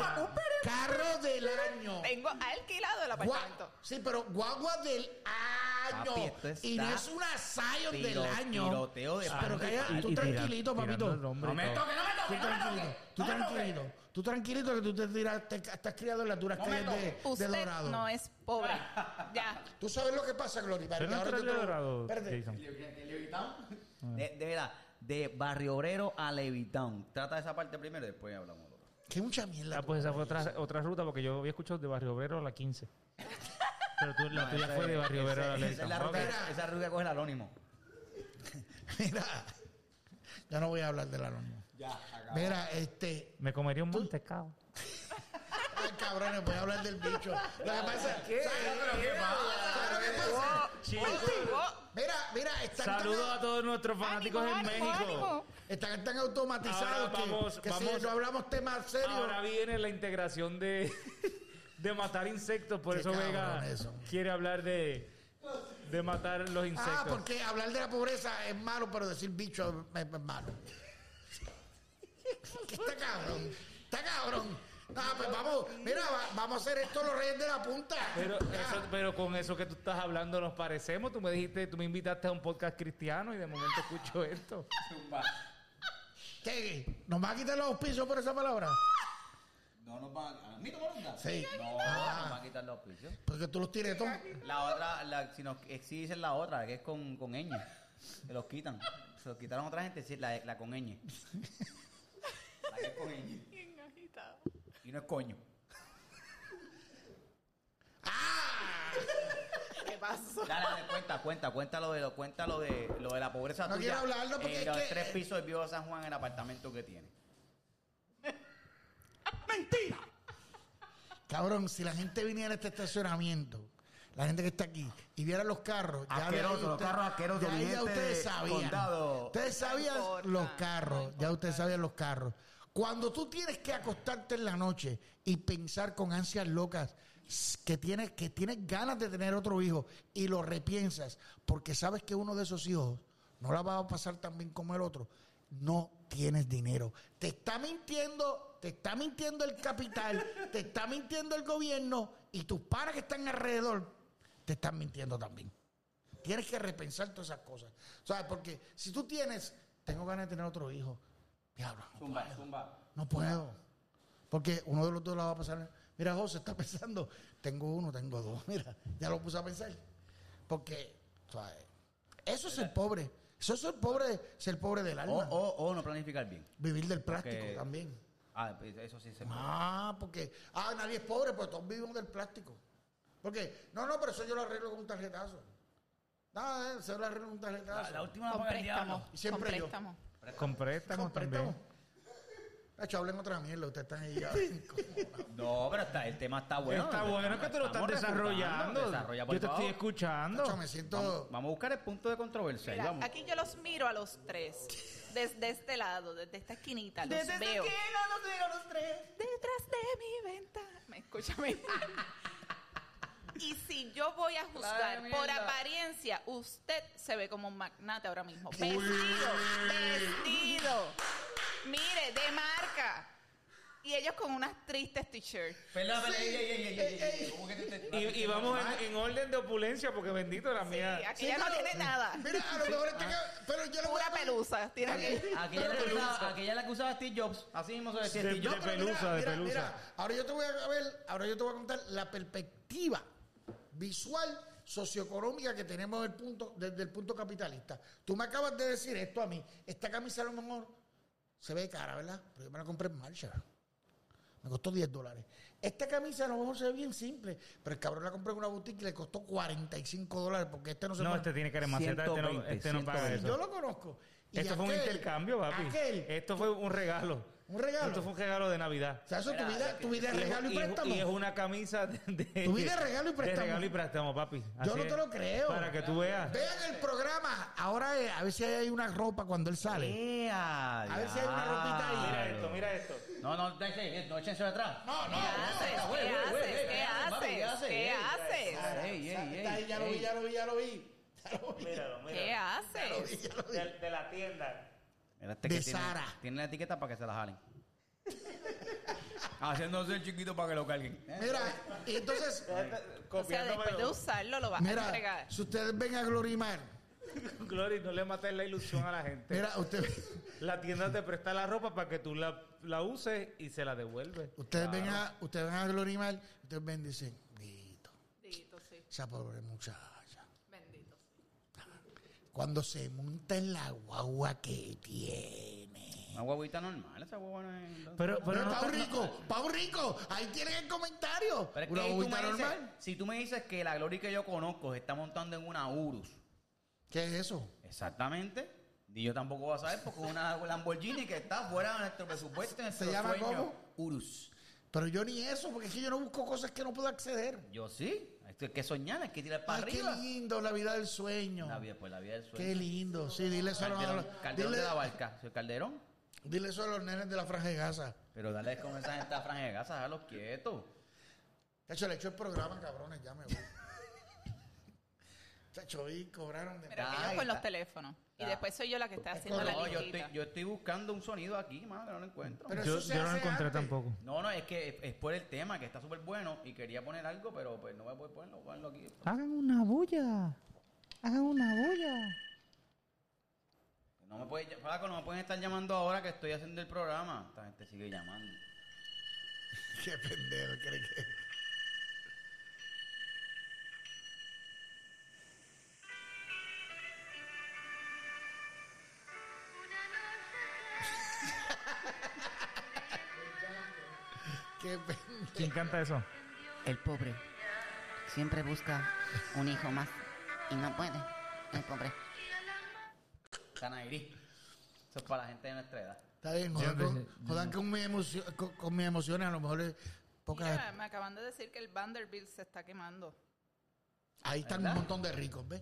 Speaker 1: carro del año.
Speaker 4: Tengo alquilado el
Speaker 1: Gua-
Speaker 4: apartamento.
Speaker 1: sí, pero guagua del año.
Speaker 2: Papi, esto está
Speaker 1: y no es una Zion del
Speaker 2: tiro-
Speaker 1: año.
Speaker 2: tiroteo de
Speaker 1: Pero
Speaker 2: pan.
Speaker 1: que haya-
Speaker 3: Y-
Speaker 1: tú
Speaker 3: y tira-
Speaker 1: tranquilito,
Speaker 3: tirando
Speaker 1: papito.
Speaker 3: el nombre y todo.
Speaker 1: Tú tranquilo, tú tranquilo, tú tranquilito que tú te, tiras, te estás criado en las duras calles de, de
Speaker 4: Usted
Speaker 1: Dorado.
Speaker 4: no es pobre. Ya.
Speaker 1: Tú sabes lo que pasa, Gloria.
Speaker 3: Pero no
Speaker 1: ahora
Speaker 3: traes
Speaker 1: yo te-
Speaker 3: de dorado,
Speaker 1: espérate.
Speaker 3: Jason.
Speaker 2: De, de verdad, de Barrio Obrero a Levitown. Trata esa parte primero y después hablamos. de lo otro.
Speaker 1: Que mucha mierda.
Speaker 3: Ah, pues esa fue otra, otra ruta porque yo había escuchado de Barrio Obrero a la 15. Pero tú, la
Speaker 2: No,
Speaker 3: tuya
Speaker 2: esa
Speaker 3: fue
Speaker 2: es-
Speaker 3: de Barrio
Speaker 2: esa-
Speaker 3: Obrero a la
Speaker 2: esa es la
Speaker 3: Leyton.
Speaker 2: ruta-
Speaker 3: Ok.
Speaker 2: Esa ruta coge el anónimo.
Speaker 3: pues.
Speaker 1: Mira, yo no voy a hablar del anónimo. Mira, este.
Speaker 3: Me comería un mantecado.
Speaker 1: Ay, cabrones, voy a hablar del bicho. Lo que pasa es
Speaker 4: Pues,
Speaker 1: Mira, mira, están tan-
Speaker 3: Saludos a todos nuestros fanáticos en
Speaker 4: ánimo,
Speaker 3: México.
Speaker 4: ánimo.
Speaker 1: Están tan automatizados
Speaker 3: Ahora vamos-
Speaker 1: que, que si
Speaker 3: vamos-
Speaker 1: no hablamos temas serios.
Speaker 3: Ahora viene la integración de, de matar insectos. Por
Speaker 1: Qué
Speaker 3: eso Vega
Speaker 1: cabrones son.
Speaker 3: quiere hablar de, de matar los insectos.
Speaker 1: Ah, porque hablar de la pobreza es malo, pero decir bicho es, es malo. Está cabrón. Está cabrón. Ah, pues vamos, mira, va- vamos a hacer esto los reyes de la punta.
Speaker 3: Pero,
Speaker 1: Ah,
Speaker 3: eso- pero con eso que tú estás hablando nos parecemos. Tú me dijiste, tú me invitaste a un podcast cristiano y de momento escucho esto.
Speaker 1: ¿Qué? ¿Nos va a quitar los auspicios por esa palabra?
Speaker 2: No nos van a... ¿A mí no me lo
Speaker 1: Sí.
Speaker 2: No, nos
Speaker 1: Ah.
Speaker 2: van a quitar los pisos.
Speaker 1: Porque tú los tires todo.
Speaker 2: La otra, la, si nos exigen la otra, que es con, con ñ. Se los quitan. Se los quitaron a otra gente, sí, la, la con ñ. La que es con ñ.
Speaker 4: Bien agitado.
Speaker 2: Y no es coño.
Speaker 1: ¡Ah!
Speaker 4: ¿Qué pasó?
Speaker 2: Dale, dale, cuenta, cuenta, cuenta lo de, lo, cuenta lo de, lo de la pobreza
Speaker 1: No
Speaker 2: tuya.
Speaker 1: quiero hablarlo porque
Speaker 2: Eh,
Speaker 1: es
Speaker 2: los
Speaker 1: que-
Speaker 2: tres pisos vio a San Juan el apartamento que tiene.
Speaker 1: Cabrón, si la gente viniera a este estacionamiento, la gente que está aquí, y viera los carros, ya de ahí
Speaker 2: Asqueroso, los
Speaker 1: usted-
Speaker 2: carros asquerosos,
Speaker 1: de ahí ya
Speaker 2: billete
Speaker 1: ustedes
Speaker 2: de
Speaker 1: sabían.
Speaker 2: condado.
Speaker 1: Ustedes sabían
Speaker 4: No importa,
Speaker 1: los
Speaker 4: no
Speaker 1: carros, ya
Speaker 4: importa.
Speaker 1: ustedes sabían los carros. Cuando tú tienes que acostarte en la noche y pensar con ansias locas s- que tienes, que tienes ganas de tener otro hijo y lo repiensas porque sabes que uno de esos hijos no la va a pasar tan bien como el otro, no tienes dinero. Te está mintiendo, te está mintiendo el capital, te está mintiendo el gobierno y tus pares que están alrededor te están mintiendo también. Tienes que repensar todas esas cosas. ¿Sabes? Porque si tú tienes, tengo ganas de tener otro hijo. Diablo, no
Speaker 2: Zumba,
Speaker 1: puedo.
Speaker 2: zumba.
Speaker 1: No puedo. Porque uno de los dos la va a pasar. Mira, José está pensando, tengo uno, tengo dos. Mira, ya lo puse a pensar. Porque, ¿sabes? Eso es el pobre. Eso es el pobre, ser pobre del
Speaker 2: O,
Speaker 1: alma.
Speaker 2: o, o no planificar bien.
Speaker 1: Vivir del plástico
Speaker 2: Porque-
Speaker 1: también.
Speaker 2: Ah, pues eso sí se
Speaker 1: Ah, porque, ah, nadie es pobre, pues todos vivimos del plástico. Porque, no, no, pero eso yo lo arreglo con un tarjetazo. Nada, eh, se lo arreglo con un
Speaker 2: La,
Speaker 1: tarjetazo.
Speaker 2: la última la
Speaker 4: Con
Speaker 2: paga el diablo.
Speaker 4: préstamo.
Speaker 1: Siempre
Speaker 4: con
Speaker 1: yo.
Speaker 4: préstamo.
Speaker 3: Con préstamos también.
Speaker 1: Hacho, hablen otra mierda, ustedes están ahí ya. Como-
Speaker 2: No, pero está, el tema está bueno.
Speaker 3: Está bueno que tú lo estás
Speaker 2: Estamos refutando.
Speaker 3: desarrollando.
Speaker 2: Desarrolla, por
Speaker 3: Yo te
Speaker 2: favor.
Speaker 3: estoy escuchando.
Speaker 1: Hacho, me siento...
Speaker 2: Vamos, vamos a buscar el punto de controversia.
Speaker 4: Mira,
Speaker 2: vamos.
Speaker 4: aquí yo los miro a los tres. Desde este lado, desde esta esquinita, los veo. Detrás de mi ventana. Me escúchame. y si yo voy a
Speaker 2: Claro,
Speaker 4: juzgar
Speaker 2: mierda.
Speaker 4: por apariencia, usted se ve como un magnate ahora mismo. Vestido, vestido. Mire, de marca. Y ellos con unas tristes t-shirts.
Speaker 2: Perdón, perdón, ey, ey, ey, ey, ey, ey, ¿cómo que tú te-
Speaker 3: Y, y vamos en, en orden de opulencia porque bendito la
Speaker 4: Sí,
Speaker 3: mía.
Speaker 4: aquí ya no
Speaker 1: pero-
Speaker 4: tiene nada.
Speaker 1: Ah,
Speaker 4: Ah.
Speaker 1: Mira, a lo mejor está... que- Pero yo lo voy
Speaker 4: Pura
Speaker 1: a...
Speaker 4: pelusa. Tiene aquí.
Speaker 2: Aquella es la que usaba- aquella es la que usaba Steve Jobs. Así mismo se decía
Speaker 3: De-
Speaker 2: Steve
Speaker 3: de
Speaker 2: Jobs.
Speaker 1: pero
Speaker 3: pelusa, de pelusa.
Speaker 1: ahora yo te voy a ver, ahora yo te voy a contar la perspectiva visual socioeconómica que tenemos del punto, desde el punto capitalista. Tú me acabas de decir esto a mí. Esta camisa a lo mejor se ve cara, ¿verdad? Pero yo me la compré en marcha. Me costó 10 dólares. Esta camisa a lo mejor se ve bien simple, pero el cabrón la compré en una boutique y le costó 45 dólares porque este no se
Speaker 3: No,
Speaker 1: pone-
Speaker 3: este tiene que remaceta, este no,
Speaker 2: 120,
Speaker 3: este no paga
Speaker 2: 120.
Speaker 3: eso.
Speaker 1: Yo lo conozco. Y
Speaker 3: Esto fue un
Speaker 1: aquel-
Speaker 3: intercambio, papi.
Speaker 1: Aquel.
Speaker 3: Esto fue un regalo.
Speaker 1: ¿Un regalo?
Speaker 3: Esto fue un regalo de Navidad.
Speaker 1: o sea, eso tu vida, tu vida es regalo y
Speaker 3: es-
Speaker 1: préstamo.
Speaker 3: y es una camisa de, de-
Speaker 1: Tu vida es regalo y
Speaker 3: de
Speaker 1: préstamo.
Speaker 3: regalo y préstamo, papi. Así
Speaker 1: no
Speaker 3: es.
Speaker 1: te lo creo.
Speaker 3: Para que tú veas.
Speaker 1: Vean el programa. Ahora eh, a ver si hay una ropa cuando él sale.
Speaker 2: Ea,
Speaker 1: A ver si hay una ropita ahí.
Speaker 3: Mira
Speaker 2: diablo.
Speaker 3: esto, mira esto.
Speaker 2: No, no, no echen- no échense atrás.
Speaker 1: No,
Speaker 4: ¿Qué haces? ¿Qué haces? ¿Qué haces? ¿Qué haces?
Speaker 2: Ey, ey, ey,
Speaker 1: Está ahí, ya lo vi,
Speaker 2: ey.
Speaker 1: ya lo vi, ya lo vi. Ya lo vi.
Speaker 3: Míralo,
Speaker 4: ¿Qué
Speaker 3: míralo.
Speaker 4: haces?
Speaker 1: Ya lo vi.
Speaker 3: De, de la tienda.
Speaker 2: Mira este
Speaker 1: De
Speaker 2: que tiene-
Speaker 1: Sara.
Speaker 2: Tiene la etiqueta para que se la jalen. Haciéndose el chiquito para que lo carguen.
Speaker 1: Mira, y entonces,
Speaker 4: O sea,
Speaker 3: Copiándome
Speaker 4: después de usarlo lo vas a
Speaker 1: mira,
Speaker 4: entregar.
Speaker 1: si ustedes ven a Glorimar,
Speaker 3: Glory, no le mates la ilusión a la gente.
Speaker 1: mira, ustedes,
Speaker 3: La tienda te presta la ropa para que tú la, la uses y se la devuelves.
Speaker 1: ustedes ven a, ustedes ven a Glorimar, ustedes ven, dicen, Dito,
Speaker 4: Bendito, sí.
Speaker 1: esa pobre muchacha.
Speaker 4: Bendito. sí.
Speaker 1: cuando se monta en la guagua que tiene.
Speaker 2: Una guaguita normal, esa guagua no es.
Speaker 3: Pero, pero
Speaker 1: Pero
Speaker 3: no,
Speaker 1: pa' un
Speaker 3: no-
Speaker 1: rico, pa' un rico, ahí tienen el comentario.
Speaker 2: Pero es que
Speaker 1: Una
Speaker 2: ahí tú
Speaker 1: guaguita
Speaker 2: me dices-
Speaker 1: normal.
Speaker 2: si tú me dices que la Glory que yo conozco se está montando en una Urus,
Speaker 1: ¿Qué es eso?
Speaker 2: exactamente, y yo tampoco voy a saber porque es una Lamborghini que está fuera de nuestro presupuesto.
Speaker 1: ¿Se
Speaker 2: nuestro
Speaker 1: llama
Speaker 2: sueño.
Speaker 1: cómo?
Speaker 2: Urus.
Speaker 1: Pero yo ni eso, porque es que yo no busco cosas que no puedo acceder.
Speaker 2: Yo sí, esto hay que soñar, hay que tirar para
Speaker 1: Ay, qué
Speaker 2: arriba.
Speaker 1: lindo, la vida del sueño.
Speaker 2: La vida, pues la vida del sueño.
Speaker 1: Qué lindo. Sí, dile eso a los,
Speaker 2: Calderón, Calderón
Speaker 1: dile-
Speaker 2: de la barca, soy Calderón.
Speaker 1: dile eso a los nenes de la franja de Gaza.
Speaker 2: Pero dale con esa gente a franja de Gaza, déjalos quietos.
Speaker 1: De hecho, le echó el programa, cabrones, ya me voy. Chacho, y cobraron de
Speaker 4: Pero
Speaker 2: Ay,
Speaker 4: aquello con los
Speaker 2: está.
Speaker 4: teléfonos. Y
Speaker 2: Está.
Speaker 4: después soy yo la que está haciendo la
Speaker 2: No, yo
Speaker 4: listita.
Speaker 2: estoy, yo estoy buscando un sonido aquí, mano, que no lo encuentro.
Speaker 1: Pero
Speaker 3: yo,
Speaker 1: eso se
Speaker 3: yo no lo
Speaker 1: hace
Speaker 3: encontré
Speaker 1: antes.
Speaker 3: tampoco.
Speaker 2: No, no, es que es, es por el tema, que está súper bueno y quería poner algo, pero pues no voy a poder ponerlo, voy a ponerlo aquí.
Speaker 3: Hagan una bulla. Hagan una bulla.
Speaker 2: No me, puede, Flaco, no me pueden estar llamando ahora que estoy haciendo el programa. Esta gente sigue llamando.
Speaker 1: Qué pendejo, cree que. Qué pendejo.
Speaker 3: ¿Quién canta eso?
Speaker 6: El pobre siempre busca un hijo más y no puede. El pobre.
Speaker 2: Canairi. Eso es para la gente de nuestra edad.
Speaker 1: Está bien,
Speaker 3: Yo
Speaker 1: jodan,
Speaker 3: no
Speaker 1: con,
Speaker 3: sé, yo
Speaker 1: jodan
Speaker 3: no-
Speaker 1: con mi emoción, con, con mis emociones, a lo mejor es poca.
Speaker 4: Mira, me acaban de decir que el Vanderbilt se está quemando.
Speaker 1: Ahí están
Speaker 2: ¿Verdad?
Speaker 1: un montón de ricos, ¿ves?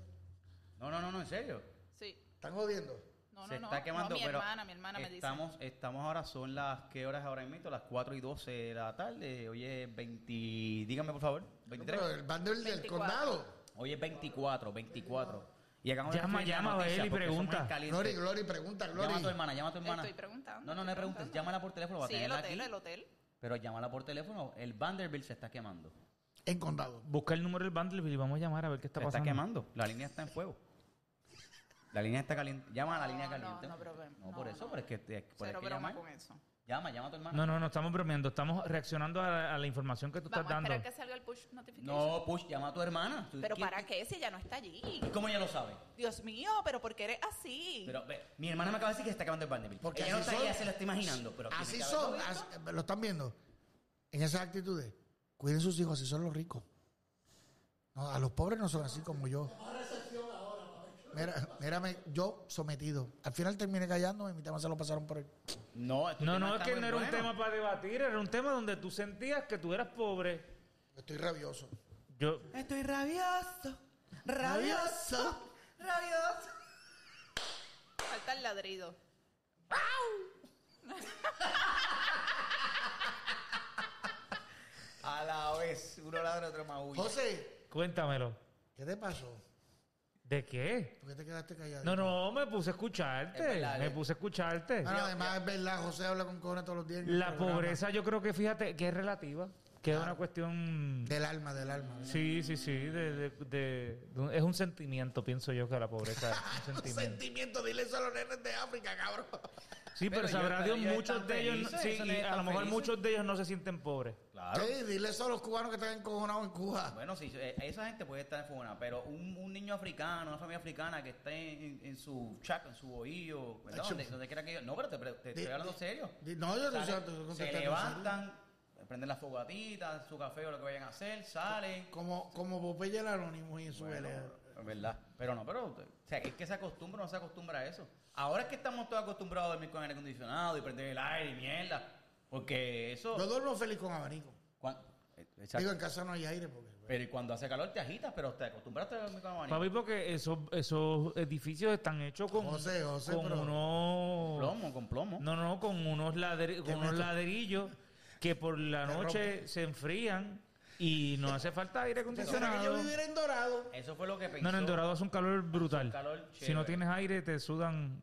Speaker 2: No, no, no, no, en serio.
Speaker 4: Sí.
Speaker 1: Están jodiendo.
Speaker 4: No,
Speaker 2: Se
Speaker 4: no, no.
Speaker 2: está quemando,
Speaker 4: no, mi
Speaker 2: pero
Speaker 4: hermana, mi hermana me dice.
Speaker 2: estamos, Estamos ahora, son las, ¿qué horas ahora mismo? Las 4 y 12 de la tarde. Hoy es 20, dígame por favor,
Speaker 1: No, pero
Speaker 2: 23.
Speaker 1: el bando del
Speaker 4: 24.
Speaker 1: condado.
Speaker 2: Hoy es 24, 24. Y acabamos
Speaker 3: Llama,
Speaker 2: escribir la
Speaker 3: llama,
Speaker 2: noticia
Speaker 3: Baeli,
Speaker 2: porque somos
Speaker 3: pregunta.
Speaker 2: en caliente.
Speaker 1: Glory, Glory, pregunta, Glory.
Speaker 2: Llama a tu hermana, llama a tu hermana.
Speaker 4: Estoy preguntando,
Speaker 2: No, no, no
Speaker 4: estoy
Speaker 2: le preguntes,
Speaker 4: preguntando.
Speaker 2: llámala por teléfono, va a
Speaker 4: Sí, el
Speaker 2: tenerla
Speaker 4: hotel,
Speaker 2: aquí.
Speaker 4: el hotel.
Speaker 2: Pero llámala por teléfono, el Vanderbilt se está quemando.
Speaker 1: En condado.
Speaker 3: Busca el número del Vanderbilt y vamos a llamar a ver qué está
Speaker 2: Se está
Speaker 3: pasando.
Speaker 2: quemando, la línea está en fuego. La línea está caliente. Llama a la
Speaker 4: No,
Speaker 2: línea
Speaker 4: no,
Speaker 2: caliente.
Speaker 4: no, pero ven,
Speaker 2: No, por
Speaker 4: no,
Speaker 2: eso,
Speaker 4: no.
Speaker 2: pero es que te- por eso
Speaker 4: Cero
Speaker 2: hay que
Speaker 4: broma
Speaker 2: llamar.
Speaker 4: con eso.
Speaker 2: Llama, llama a tu hermana.
Speaker 3: No, no, no estamos bromeando. Estamos reaccionando a la, a la información que tú
Speaker 4: Vamos a
Speaker 3: estás
Speaker 4: esperar
Speaker 3: dando.
Speaker 4: que salga el push notification.
Speaker 2: No, push, llama a tu hermana. Tú-
Speaker 4: Pero
Speaker 2: ¿quién-
Speaker 4: ¿para qué? Si ya no está allí.
Speaker 2: ¿Cómo ella lo sabe?
Speaker 4: Dios mío, pero ¿por qué eres así?
Speaker 2: Pero ve, mi hermana me acaba de decir que se está acabando el Vanderbilt.
Speaker 1: Porque
Speaker 2: ella no
Speaker 1: así
Speaker 2: está
Speaker 1: son.
Speaker 2: ella se lo está imaginando. Pero tiene
Speaker 1: Así
Speaker 2: que haberlo
Speaker 1: son,
Speaker 2: visto.
Speaker 1: así- lo están viendo. En esas actitudes. Cuiden sus hijos, así son los ricos. No, a los pobres no son así como yo. Mira, mírame, yo sometido. Al final terminé callándome y mi tema se lo pasaron por él.
Speaker 2: No, tu
Speaker 3: No,
Speaker 2: tema
Speaker 3: no, es
Speaker 2: está
Speaker 3: que
Speaker 2: muy
Speaker 3: no era un
Speaker 2: bueno.
Speaker 3: tema para debatir, era un tema donde tú sentías que tú eras pobre.
Speaker 1: Estoy rabioso.
Speaker 3: Yo,
Speaker 4: Eh.
Speaker 2: Estoy rabioso, rabioso, rabioso.
Speaker 4: Falta el ladrido.
Speaker 2: A la vez, uno ladra, otro maúlla.
Speaker 1: José,
Speaker 3: cuéntamelo.
Speaker 1: ¿qué te pasó?
Speaker 3: ¿De qué?
Speaker 1: ¿Por qué te quedaste callado?
Speaker 3: No, no, me puse a
Speaker 2: Es
Speaker 3: escucharte.
Speaker 2: verdad,
Speaker 3: Me
Speaker 2: eh.
Speaker 3: puse a escucharte.
Speaker 1: Ah, no, además es verdad, José habla con cojones todos los días. en el
Speaker 3: La
Speaker 1: programa.
Speaker 3: pobreza, yo creo que fíjate que es relativa, que
Speaker 2: Ah.
Speaker 3: es una cuestión.
Speaker 1: Del alma, del alma.
Speaker 3: Sí, sí, sí. de- de- de- de un- es un sentimiento, pienso yo, que la pobreza es un sentimiento.
Speaker 1: Sentimiento, dile eso a los nenes de África, cabrón.
Speaker 3: Sí, pero,
Speaker 2: Pero yo-
Speaker 3: sabrá
Speaker 2: pero
Speaker 3: Dios,
Speaker 2: ellos
Speaker 3: muchos
Speaker 2: están
Speaker 3: de ellos. no-
Speaker 2: felices,
Speaker 3: sí,
Speaker 2: ellos
Speaker 3: y a
Speaker 2: están
Speaker 3: lo mejor
Speaker 2: felices.
Speaker 3: muchos de ellos no se sienten pobres.
Speaker 2: Claro.
Speaker 1: Sí, dile eso a los cubanos que están encojonados en Cuba.
Speaker 2: Bueno, sí, eh, esa gente puede estar en funa, pero un, un niño africano, una familia africana que esté en, en su chaco, en su bohío, ¿verdad?
Speaker 1: Acho.
Speaker 2: Donde, donde quiera que yo. No, pero te, pre- te estoy
Speaker 1: Di-
Speaker 2: hablando
Speaker 1: di-
Speaker 2: serio.
Speaker 1: di- no, yo te
Speaker 2: Salen,
Speaker 1: estoy- te estoy
Speaker 2: se
Speaker 1: contestando
Speaker 2: levantan, prenden las fogatitas, su café o lo que vayan a hacer, salen.
Speaker 1: Como, como Popeye el Anónimo y en su
Speaker 2: Bueno,
Speaker 1: velea.
Speaker 2: es verdad. Pero no, pero o sea, es que se acostumbra o no se acostumbra a eso. Ahora es que estamos todos acostumbrados a dormir con aire acondicionado y prender el aire y mierda. Porque eso.
Speaker 1: Yo duermo feliz con abanico.
Speaker 2: cuan- eh, exacto. Eh,
Speaker 1: Digo, en casa no hay aire porque.
Speaker 2: pero y cuando hace calor te agitas, pero te acostumbraste a dormir con abanico.
Speaker 3: Papi, porque esos, esos edificios están hechos con,
Speaker 1: José, José,
Speaker 3: con
Speaker 1: pero-
Speaker 3: unos.
Speaker 2: Plomo, con plomo.
Speaker 3: No, no, con unos, ladri- con unos
Speaker 1: meto?
Speaker 3: ladrillos que por la
Speaker 1: Te
Speaker 3: noche se enfrían y no hace falta aire
Speaker 1: Pensara que yo
Speaker 3: acondicionado.
Speaker 1: viviera en Dorado.
Speaker 2: Eso fue lo que pensó.
Speaker 3: No, no, en Dorado hace un calor brutal.
Speaker 2: calor
Speaker 3: si no
Speaker 2: chévere.
Speaker 3: tienes aire, te sudan.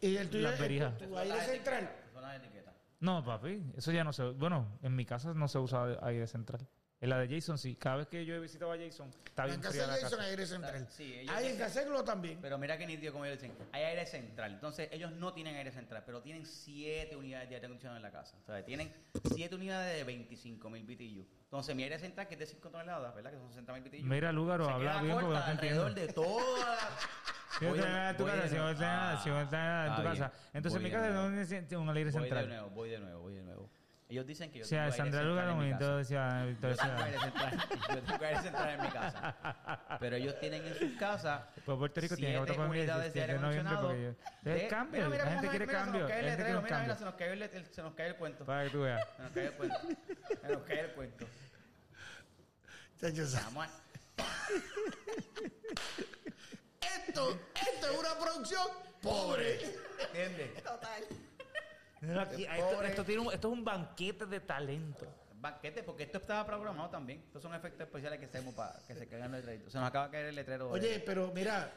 Speaker 1: Y el tuyo
Speaker 3: Las verijas.
Speaker 1: es tu aire central.
Speaker 2: Son las etiquetas.
Speaker 3: No, papi, eso ya no se. Bueno, en mi casa no se usa aire central. En la de Jason sí. Cada vez que yo he visitado a Jason, está bien
Speaker 1: En casa
Speaker 3: fría la
Speaker 1: de Jason
Speaker 3: casa.
Speaker 1: hay aire central.
Speaker 2: Sí, ellos
Speaker 1: Hay en
Speaker 2: dicen-
Speaker 1: casa de Glo también.
Speaker 2: Pero mira que nítido como ellos dicen. Hay aire central. Entonces, ellos no tienen aire central, pero tienen siete unidades de aire acondicionado en la casa. O sea, tienen siete unidades de 25 mil BTU. Entonces, mi aire central, que es de 5 toneladas, ¿verdad? Que son 60 mil BTU.
Speaker 3: Mira, Lugaro,
Speaker 2: Se
Speaker 3: habla
Speaker 2: queda
Speaker 3: bien porque
Speaker 2: corta
Speaker 3: no te
Speaker 2: alrededor
Speaker 3: entiendo.
Speaker 2: de toda la...
Speaker 3: Sí,
Speaker 5: Si
Speaker 2: Voy
Speaker 5: voy a
Speaker 2: de-
Speaker 5: tener en tu
Speaker 2: voy de
Speaker 5: casa, si voy a
Speaker 2: nuevo.
Speaker 5: tener nada, si voy a
Speaker 2: Ah,
Speaker 5: tener nada en
Speaker 2: está
Speaker 5: tu
Speaker 2: bien.
Speaker 5: casa. Entonces en mi
Speaker 2: Voy de
Speaker 5: casa
Speaker 2: nuevo.
Speaker 5: no necesito un aire
Speaker 2: Voy de
Speaker 5: central.
Speaker 2: nuevo, voy de nuevo, voy de nuevo. Ellos dicen que yo
Speaker 5: O sea,
Speaker 2: tengo aire
Speaker 5: Sandra
Speaker 2: central en
Speaker 5: Lugar
Speaker 2: mi
Speaker 5: y
Speaker 2: casa.
Speaker 5: todo decía,
Speaker 2: Yo
Speaker 5: Victoria
Speaker 2: tengo
Speaker 5: Ciudad.
Speaker 2: aire central, yo tengo aire central en mi casa. Pero ellos tienen en sus casas.
Speaker 5: Pues Puerto Rico tiene que
Speaker 2: siete
Speaker 5: votar por mí el
Speaker 2: unidades de
Speaker 5: 17 de
Speaker 2: aire
Speaker 5: noviembre
Speaker 2: acondicionado.
Speaker 5: porque yo- Es
Speaker 2: de-
Speaker 5: cambio,
Speaker 2: Mira, mira
Speaker 5: la
Speaker 2: cómo
Speaker 5: gente
Speaker 2: se-
Speaker 5: quiere
Speaker 2: mira, se nos
Speaker 5: cambio,
Speaker 2: cae el
Speaker 5: la gente quiere
Speaker 2: letrero,
Speaker 5: un
Speaker 2: mira, mira,
Speaker 5: cambio.
Speaker 2: se nos cayó el let- se nos cayó el cuento.
Speaker 5: Para que tú veas.
Speaker 2: Se nos cayó el cuento. Se nos cayó el cuento.
Speaker 1: Chacho, sa-
Speaker 2: Vamos a-
Speaker 1: Esto, esto es una producción pobre.
Speaker 2: ¿Entiendes? Total.
Speaker 5: Mira aquí,
Speaker 2: Qué
Speaker 5: Esto
Speaker 2: pobre.
Speaker 5: esto tiene un- esto es un banquete de talento.
Speaker 2: Banquete, porque esto estaba programado también. Estos son efectos especiales que hacemos para que se caigan los letreritos. Se nos acaba de caer el letrero. de-
Speaker 1: Oye, pero mira,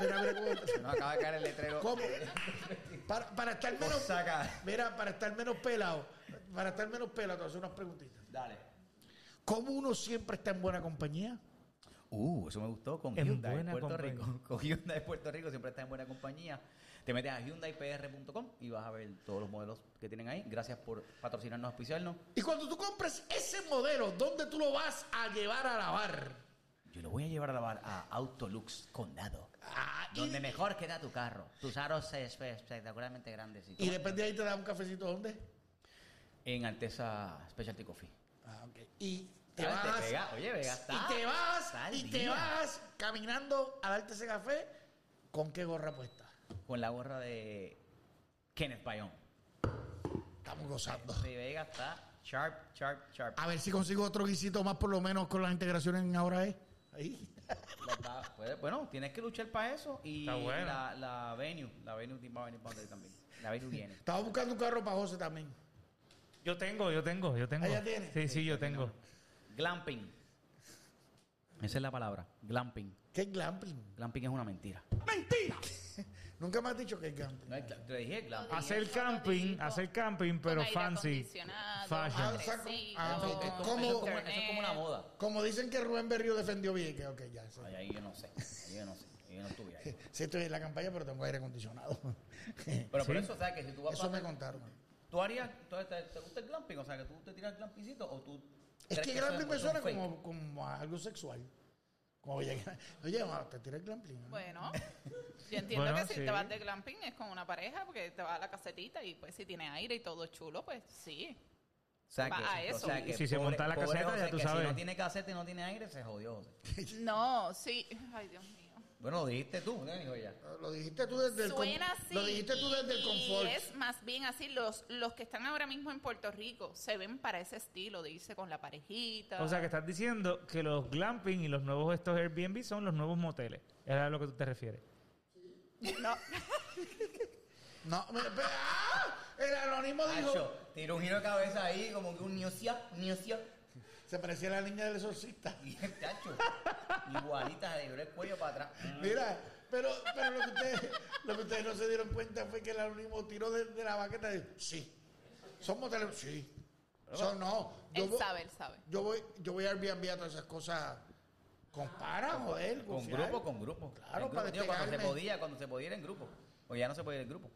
Speaker 1: mira, mira
Speaker 2: Se
Speaker 1: cómo-
Speaker 2: nos acaba de caer el letrero.
Speaker 1: cómo. Para, para estar menos.
Speaker 2: Saca.
Speaker 1: Mira, para estar menos pelado, para estar menos pelado, te voy a hacer unas preguntitas.
Speaker 2: Dale.
Speaker 1: ¿Cómo uno siempre está en buena compañía?
Speaker 2: Uh, eso me gustó con
Speaker 5: En
Speaker 2: Hyundai de
Speaker 5: buena
Speaker 2: Puerto
Speaker 5: compañía.
Speaker 2: Rico. Con Hyundai de Puerto Rico siempre estás en buena compañía. Te metes a hyundaipr.com y vas a ver todos los modelos que tienen ahí. Gracias por patrocinarnos, auspiciarnos.
Speaker 1: Y cuando tú compres ese modelo, ¿dónde tú lo vas a llevar a lavar?
Speaker 2: Yo lo voy a llevar a lavar a Autolux Condado.
Speaker 1: Ah, y,
Speaker 2: Donde mejor queda tu carro. Tus aros es- es- espectacularmente grandes. y-
Speaker 1: y depende de ahí te da un cafecito, ¿dónde?
Speaker 2: En Alteza Specialty Coffee.
Speaker 1: Ah, ok. Y te
Speaker 2: Ah,
Speaker 1: vas.
Speaker 2: Vega, oye, Vega, está-
Speaker 1: y te vas,
Speaker 2: está al
Speaker 1: y te
Speaker 2: día.
Speaker 1: vas caminando a darte ese café. ¿Con qué gorra puesta?
Speaker 2: Con la gorra de Kenneth Bayón.
Speaker 1: Estamos gozando.
Speaker 2: Sí, Vega está sharp, sharp, sharp.
Speaker 1: A ver si consigo otro guisito más, por lo menos con las integraciones en ahora es. Ahí.
Speaker 2: Los va- puede- bueno, tienes que luchar para eso. Y
Speaker 5: Está bueno.
Speaker 2: la, la venue, la venue va a venir para donde también. La venue viene.
Speaker 1: Estaba buscando un carro para José también.
Speaker 5: Yo tengo, yo tengo, yo tengo.
Speaker 1: Ah, ¿ya tiene?
Speaker 5: Sí, sí, yo tengo.
Speaker 2: Glamping. Esa es la palabra. Glamping.
Speaker 1: ¿Qué es glamping?
Speaker 2: Glamping es una mentira.
Speaker 1: Nunca me has dicho que es glamping.
Speaker 2: No es gla- te dije glamping.
Speaker 4: Ah,
Speaker 5: Hacer
Speaker 4: Dios,
Speaker 5: camping,
Speaker 4: Rodrigo.
Speaker 5: hacer camping, pero
Speaker 4: aire
Speaker 5: fancy.
Speaker 4: acondicionado,
Speaker 1: Ah,
Speaker 5: Fashion.
Speaker 1: o sea, como-
Speaker 4: Andresito,
Speaker 1: ah, ok.
Speaker 2: Eso es como-
Speaker 1: ¿Cómo-
Speaker 2: eso es como- eso es como una moda.
Speaker 1: Como dicen que Rubén Berrío defendió bien, que ok, ya. sí.
Speaker 2: Ay, ahí yo no sé. Ahí yo no sé. Ahí yo no estuve ahí.
Speaker 1: Sí, estoy en la campaña, pero tengo aire acondicionado.
Speaker 2: Pero por
Speaker 5: Sí.
Speaker 2: eso, o sea, que si tú vas
Speaker 1: Eso
Speaker 2: pa-
Speaker 1: me contaron.
Speaker 2: ¿Tú harías, tú- te, te gusta el glamping? O sea, que tú te tiras el glampingcito o tú...
Speaker 1: Es
Speaker 2: crees
Speaker 1: que
Speaker 2: eso
Speaker 1: glamping me
Speaker 2: es
Speaker 1: suena
Speaker 2: un fake?
Speaker 1: como, como a algo sexual. Como oye, oye, ma, te tiré el glamping. ¿no?
Speaker 4: Bueno, yo entiendo
Speaker 5: Bueno,
Speaker 4: que si
Speaker 5: sí.
Speaker 4: te vas de glamping es con una pareja porque te vas a la casetita y pues si tiene aire y todo chulo, pues sí.
Speaker 2: O sea,
Speaker 4: Va a
Speaker 2: que, o
Speaker 4: eso.
Speaker 2: sea, que
Speaker 5: Si se
Speaker 2: pobre-
Speaker 5: monta la
Speaker 2: pobre
Speaker 5: caseta,
Speaker 2: José,
Speaker 5: ya tú
Speaker 2: que
Speaker 5: sabes.
Speaker 2: Si no tiene caseta y no tiene aire, se jodió, José.
Speaker 4: No, sí. Ay, Dios mío.
Speaker 2: Bueno, lo dijiste tú, ¿no? Dijo ella.
Speaker 1: Lo dijiste tú desde el con-
Speaker 4: Suena así.
Speaker 1: Lo dijiste tú
Speaker 4: y-
Speaker 1: desde el
Speaker 4: y
Speaker 1: confort.
Speaker 4: Es más bien así. Los, los que están ahora mismo en Puerto Rico se ven para ese estilo de irse con la parejita.
Speaker 5: O sea, que estás diciendo que los glamping y los nuevos estos Airbnb son los nuevos moteles. Era a lo que tú te refieres.
Speaker 4: No,
Speaker 1: No, me- pe- ¡ah! el anónimo dijo.
Speaker 2: Hacho, tiró un giro de cabeza ahí, como que un niocia, niocia.
Speaker 1: Se parecía a la niña del exorcista.
Speaker 2: Y el chacho, igualita, se le dio el cuello para atrás.
Speaker 1: Mira, pero, pero lo, que ustedes, lo que ustedes no se dieron cuenta fue que el anónimo tiró de, de la baqueta y dijo, sí. Son moteles, sí. Son no.
Speaker 4: él
Speaker 1: vo-
Speaker 4: sabe, él sabe.
Speaker 1: Yo voy, yo voy a Airbnb a todas esas cosas. Compara, joder.
Speaker 2: Con
Speaker 1: confiar.
Speaker 2: grupo, con grupo.
Speaker 1: Claro,
Speaker 2: En grupo,
Speaker 1: para
Speaker 2: tío, cuando se
Speaker 1: despegarme.
Speaker 2: podía, cuando se podía ir en grupo. O ya no se puede ir en grupo.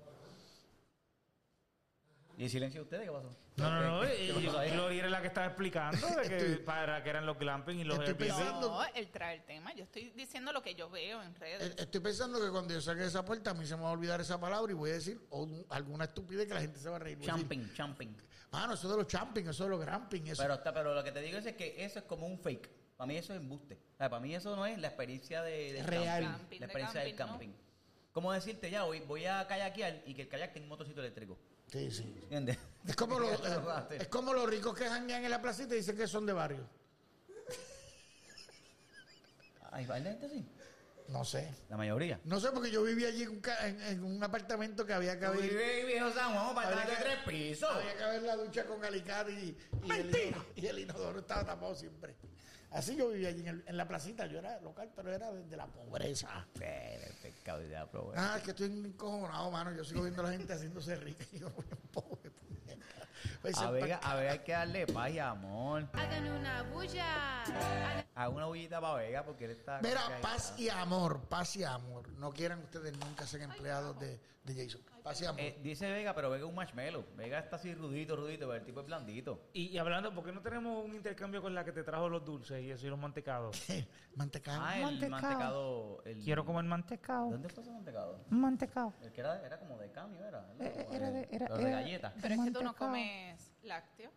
Speaker 2: ¿Y el silencio de ustedes qué pasó?
Speaker 5: No, no, no.
Speaker 2: ¿Qué-
Speaker 5: eh,
Speaker 2: qué pasó ahí?
Speaker 5: Gloria era la que estaba explicando de que
Speaker 1: Estoy-
Speaker 5: para que eran los glamping y los
Speaker 1: Estoy
Speaker 5: Airbnb.
Speaker 1: pensando-
Speaker 4: No, él trae el tema. Yo estoy diciendo lo que yo veo en redes.
Speaker 1: Eh, Estoy pensando que cuando yo saque esa puerta, a mí se me va a olvidar esa palabra y voy a decir o- alguna estupidez que la gente se va a reír. Voy a decir,
Speaker 2: Champing, champing.
Speaker 1: Ah, no, eso de los champing, eso de los gramping, eso.
Speaker 2: Pero, está, pero lo que te digo es, que eso es como un fake. Para mí eso es embuste. O sea, para mí eso no es la experiencia de, del
Speaker 1: Real.
Speaker 2: camping.
Speaker 4: Camping,
Speaker 2: la
Speaker 4: de
Speaker 2: experiencia del
Speaker 4: camping,
Speaker 2: camping.
Speaker 4: ¿no?
Speaker 2: Como decirte, ya, voy, voy a kayakear y que el kayak tenga un motocito eléctrico.
Speaker 1: sí, sí.
Speaker 2: ¿Entiendes?
Speaker 1: Es como, los,
Speaker 2: Eso lo vas a
Speaker 1: eh,
Speaker 2: hacer.
Speaker 1: es como los ricos que janguean en la placita y dicen que son de barrio.
Speaker 2: Ay, ¿hay gente así?
Speaker 1: No sé.
Speaker 2: La mayoría.
Speaker 1: No sé, porque yo vivía allí en un ca- en, en un apartamento que había que
Speaker 2: Uy,
Speaker 1: abrir.
Speaker 2: viejo San Juan, para
Speaker 1: Habría
Speaker 2: atrás de
Speaker 1: que-
Speaker 2: tres pisos.
Speaker 1: Había que ver la ducha con alicate y, y el, inodoro, y el inodoro estaba tapado siempre. Así yo vivía allí en, el- en la placita. Yo era local, pero era de, de la pobreza.
Speaker 2: Pero, pecado de aprobado.
Speaker 1: Ah, es que estoy encojonado, mano. Yo sigo viendo a la gente haciéndose rica. Y yo, pobre, puñeta. Pues,
Speaker 2: A
Speaker 1: se-
Speaker 2: ver, a ver, hay que darle paz y amor.
Speaker 7: Hagan una bulla. Hagan-
Speaker 2: Haga una bullita para Vega porque él está.
Speaker 1: Mira, paz y amor, paz y amor. No quieran ustedes nunca ser empleados de, de Jason. Paz y amor.
Speaker 2: Eh, dice Vega, pero Vega es un marshmallow. Vega está así rudito, rudito, pero el tipo es blandito.
Speaker 5: Y, y hablando, ¿por qué no tenemos un intercambio con la que te trajo los dulces y eso y los mantecados?
Speaker 1: Mantecado.
Speaker 2: Ah, el mantecado. el-
Speaker 5: Quiero comer mantecado.
Speaker 2: ¿Dónde está ese mantecado?
Speaker 5: Mantecado.
Speaker 2: El que era, era como de cambio, era.
Speaker 5: era de- era-
Speaker 2: Pero de
Speaker 5: era-
Speaker 2: galleta.
Speaker 4: Pero es que tú no
Speaker 5: Mantecao.
Speaker 4: comes lácteo.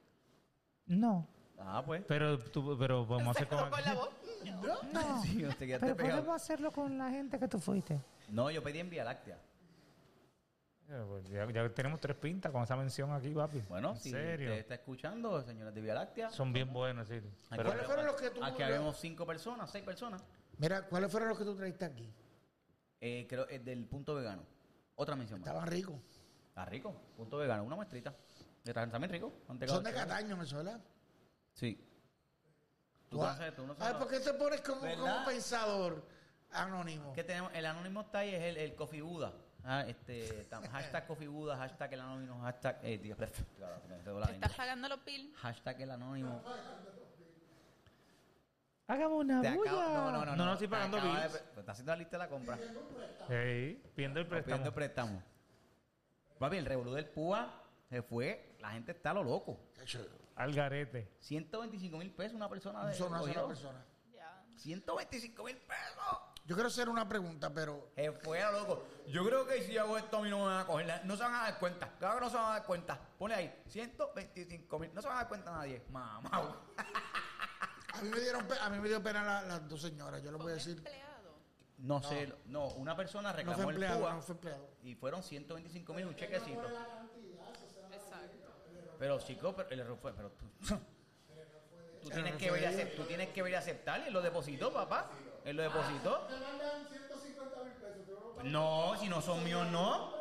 Speaker 5: No.
Speaker 2: Ah, pues.
Speaker 5: Pero, tú, pero vamos a hacer
Speaker 4: Con la voz.
Speaker 5: No.
Speaker 2: Sí, te quedaste pegado.
Speaker 5: hacerlo con la gente que tú fuiste.
Speaker 2: No, yo pedí en Vía Láctea.
Speaker 5: Ya, ya tenemos tres pintas con esa mención aquí, papi.
Speaker 2: Bueno,
Speaker 5: ¿En
Speaker 2: si
Speaker 5: serio?
Speaker 2: usted está escuchando, señoras de Vía Láctea.
Speaker 5: Son bien buenos, sí.
Speaker 2: Aquí
Speaker 1: ¿Cuáles
Speaker 2: habemos-
Speaker 1: fueron los que tú-
Speaker 2: Aquí habíamos cinco personas, seis personas.
Speaker 1: Mira, ¿cuáles fueron los que tú trajiste aquí?
Speaker 2: Eh, creo es del punto vegano. Otra mención más.
Speaker 1: Estaban ricos.
Speaker 2: Ah, rico. Punto vegano, una muestrita. De tra- también rico. mantecado
Speaker 1: Son de
Speaker 2: chévere.
Speaker 1: Cataño, me suena.
Speaker 2: Sí.
Speaker 1: Tú-
Speaker 2: Tú conoces, tú no
Speaker 1: Ay,
Speaker 2: sabes.
Speaker 1: ¿por qué te pones como,
Speaker 2: ¿Verdad?
Speaker 1: como pensador anónimo?
Speaker 2: ¿Qué tenemos? El anónimo está ahí, es el, el Coffee Buda. Ah, este, tam- hashtag Coffee Buda, hashtag el anónimo, hashtag... Eh, Dios, claro, me quedó la
Speaker 4: ¿Te estás
Speaker 2: lengua.
Speaker 4: pagando los bills?
Speaker 2: Hashtag el anónimo.
Speaker 5: Hagamos una
Speaker 2: Te acabo- no, no, no, no.
Speaker 5: No, no estoy
Speaker 2: te
Speaker 5: pagando
Speaker 2: acabo de
Speaker 5: bills.
Speaker 2: pre- Te está haciendo la lista de la compra.
Speaker 5: Ey, pidiendo el
Speaker 2: Estamos
Speaker 5: préstamo.
Speaker 2: pidiendo préstamo. Papi, el revolú del púa se fue. La gente está a lo loco.
Speaker 1: Cacho,
Speaker 5: Al garete.
Speaker 2: 125 mil pesos una persona de
Speaker 1: Son una sola
Speaker 2: cogió.
Speaker 1: persona.
Speaker 4: Ya.
Speaker 2: 125 mil pesos.
Speaker 1: Yo quiero hacer una pregunta, pero
Speaker 2: Se fue a lo loco. Yo creo que si hago esto a mí no me van a coger. la- No se van a dar cuenta. Claro que no se van a dar cuenta. Pone ahí, 125 mil. No se van a dar cuenta nadie. Mamá.
Speaker 1: a mí me dieron pe- a mí me dio pena la- las dos señoras, yo les voy a
Speaker 4: Fue
Speaker 1: decir.
Speaker 4: empleado.
Speaker 2: No, sé, lo- no, una persona
Speaker 1: No
Speaker 2: reclamó
Speaker 1: fue
Speaker 2: el
Speaker 1: empleado,
Speaker 2: púa
Speaker 1: no fue empleado.
Speaker 2: y fueron 125 mil, un chequecito.
Speaker 4: Exacto.
Speaker 2: Pero chico, pero el error fue, pero tú, tú tienes
Speaker 1: no
Speaker 2: que
Speaker 1: fue
Speaker 2: ver y
Speaker 1: de
Speaker 2: acep- tú tienes que ver y aceptar y él lo depositó, papá. Él lo depositó. No, si no son míos no.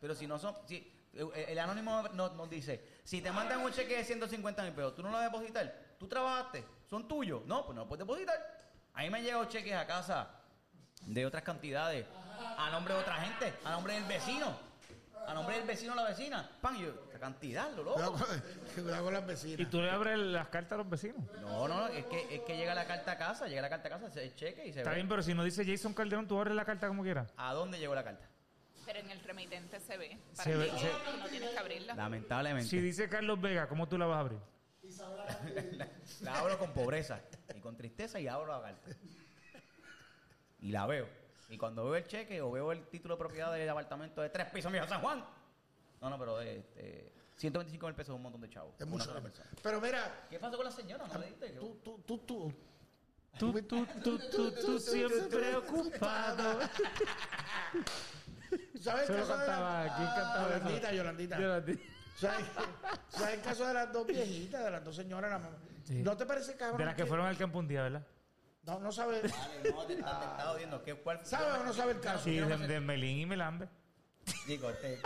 Speaker 2: Pero si no son, si- el- el anónimo nos, nos dice, si te mandan un cheque de 150 mil pesos, tú no lo vas a depositar, tú trabajaste, son tuyos. No, pues no lo puedes depositar. A mí me han llegado cheques a casa de otras cantidades, a nombre de otra gente, a nombre del vecino, a nombre del vecino o la vecina. Pan, yo, esta cantidad, lo loco.
Speaker 1: Cuidado con- cuidado con las
Speaker 5: Y
Speaker 1: vecinas.
Speaker 5: tú le abres las cartas a los vecinos.
Speaker 2: No, no, es que, es que llega la carta a casa, llega la carta a casa, se- el cheque y se
Speaker 5: Está
Speaker 2: ve.
Speaker 5: bien, pero si no dice Jason Calderón, tú abres la carta como quieras.
Speaker 2: ¿A dónde llegó la carta?
Speaker 4: Pero en el remitente se ve. Para
Speaker 5: Se
Speaker 4: que
Speaker 5: ve-
Speaker 4: llegue,
Speaker 5: se-
Speaker 4: tú no tienes que abrirla.
Speaker 2: Lamentablemente.
Speaker 5: Si dice Carlos Vega, ¿cómo tú la vas a abrir?
Speaker 2: la, la abro con pobreza y con tristeza y abro la carta. Y la veo. Y cuando veo el cheque o veo el título de propiedad del apartamento de tres pisos mío en San Juan. No, no, pero de, este, 125 mil pesos es un montón de chavos.
Speaker 1: Es
Speaker 2: Una
Speaker 1: mucho.
Speaker 2: sola persona.
Speaker 1: Pero mira,
Speaker 2: ¿Qué pasó con la señora? ¿No le diste?
Speaker 1: tú, tú, tú, tú.
Speaker 5: Tú, tú, tú, tú, tú siempre ocupado.
Speaker 1: ¿Sabes el
Speaker 5: Solo
Speaker 1: caso de la-
Speaker 5: cantaba, ¿quién
Speaker 1: Ah,
Speaker 5: cantaba eso?
Speaker 1: Yolandita, Yolandita.
Speaker 5: Yolandita.
Speaker 1: ¿Sabes, ¿Sabes el caso de las dos viejitas, de las dos señoras? la mamá?
Speaker 5: Sí.
Speaker 1: ¿No te parece cabrón?
Speaker 5: De las que fueron al campo un día, ¿verdad?
Speaker 1: No, no sabe.
Speaker 2: Vale, no, te está, te está jodiendo. ¿Qué, cuál,
Speaker 1: ¿Sabe o Ah, no sabe el caso?
Speaker 5: Sí,
Speaker 2: quiero
Speaker 5: de,
Speaker 2: hacer-
Speaker 5: de Melín y Melambe.
Speaker 2: Digo, te...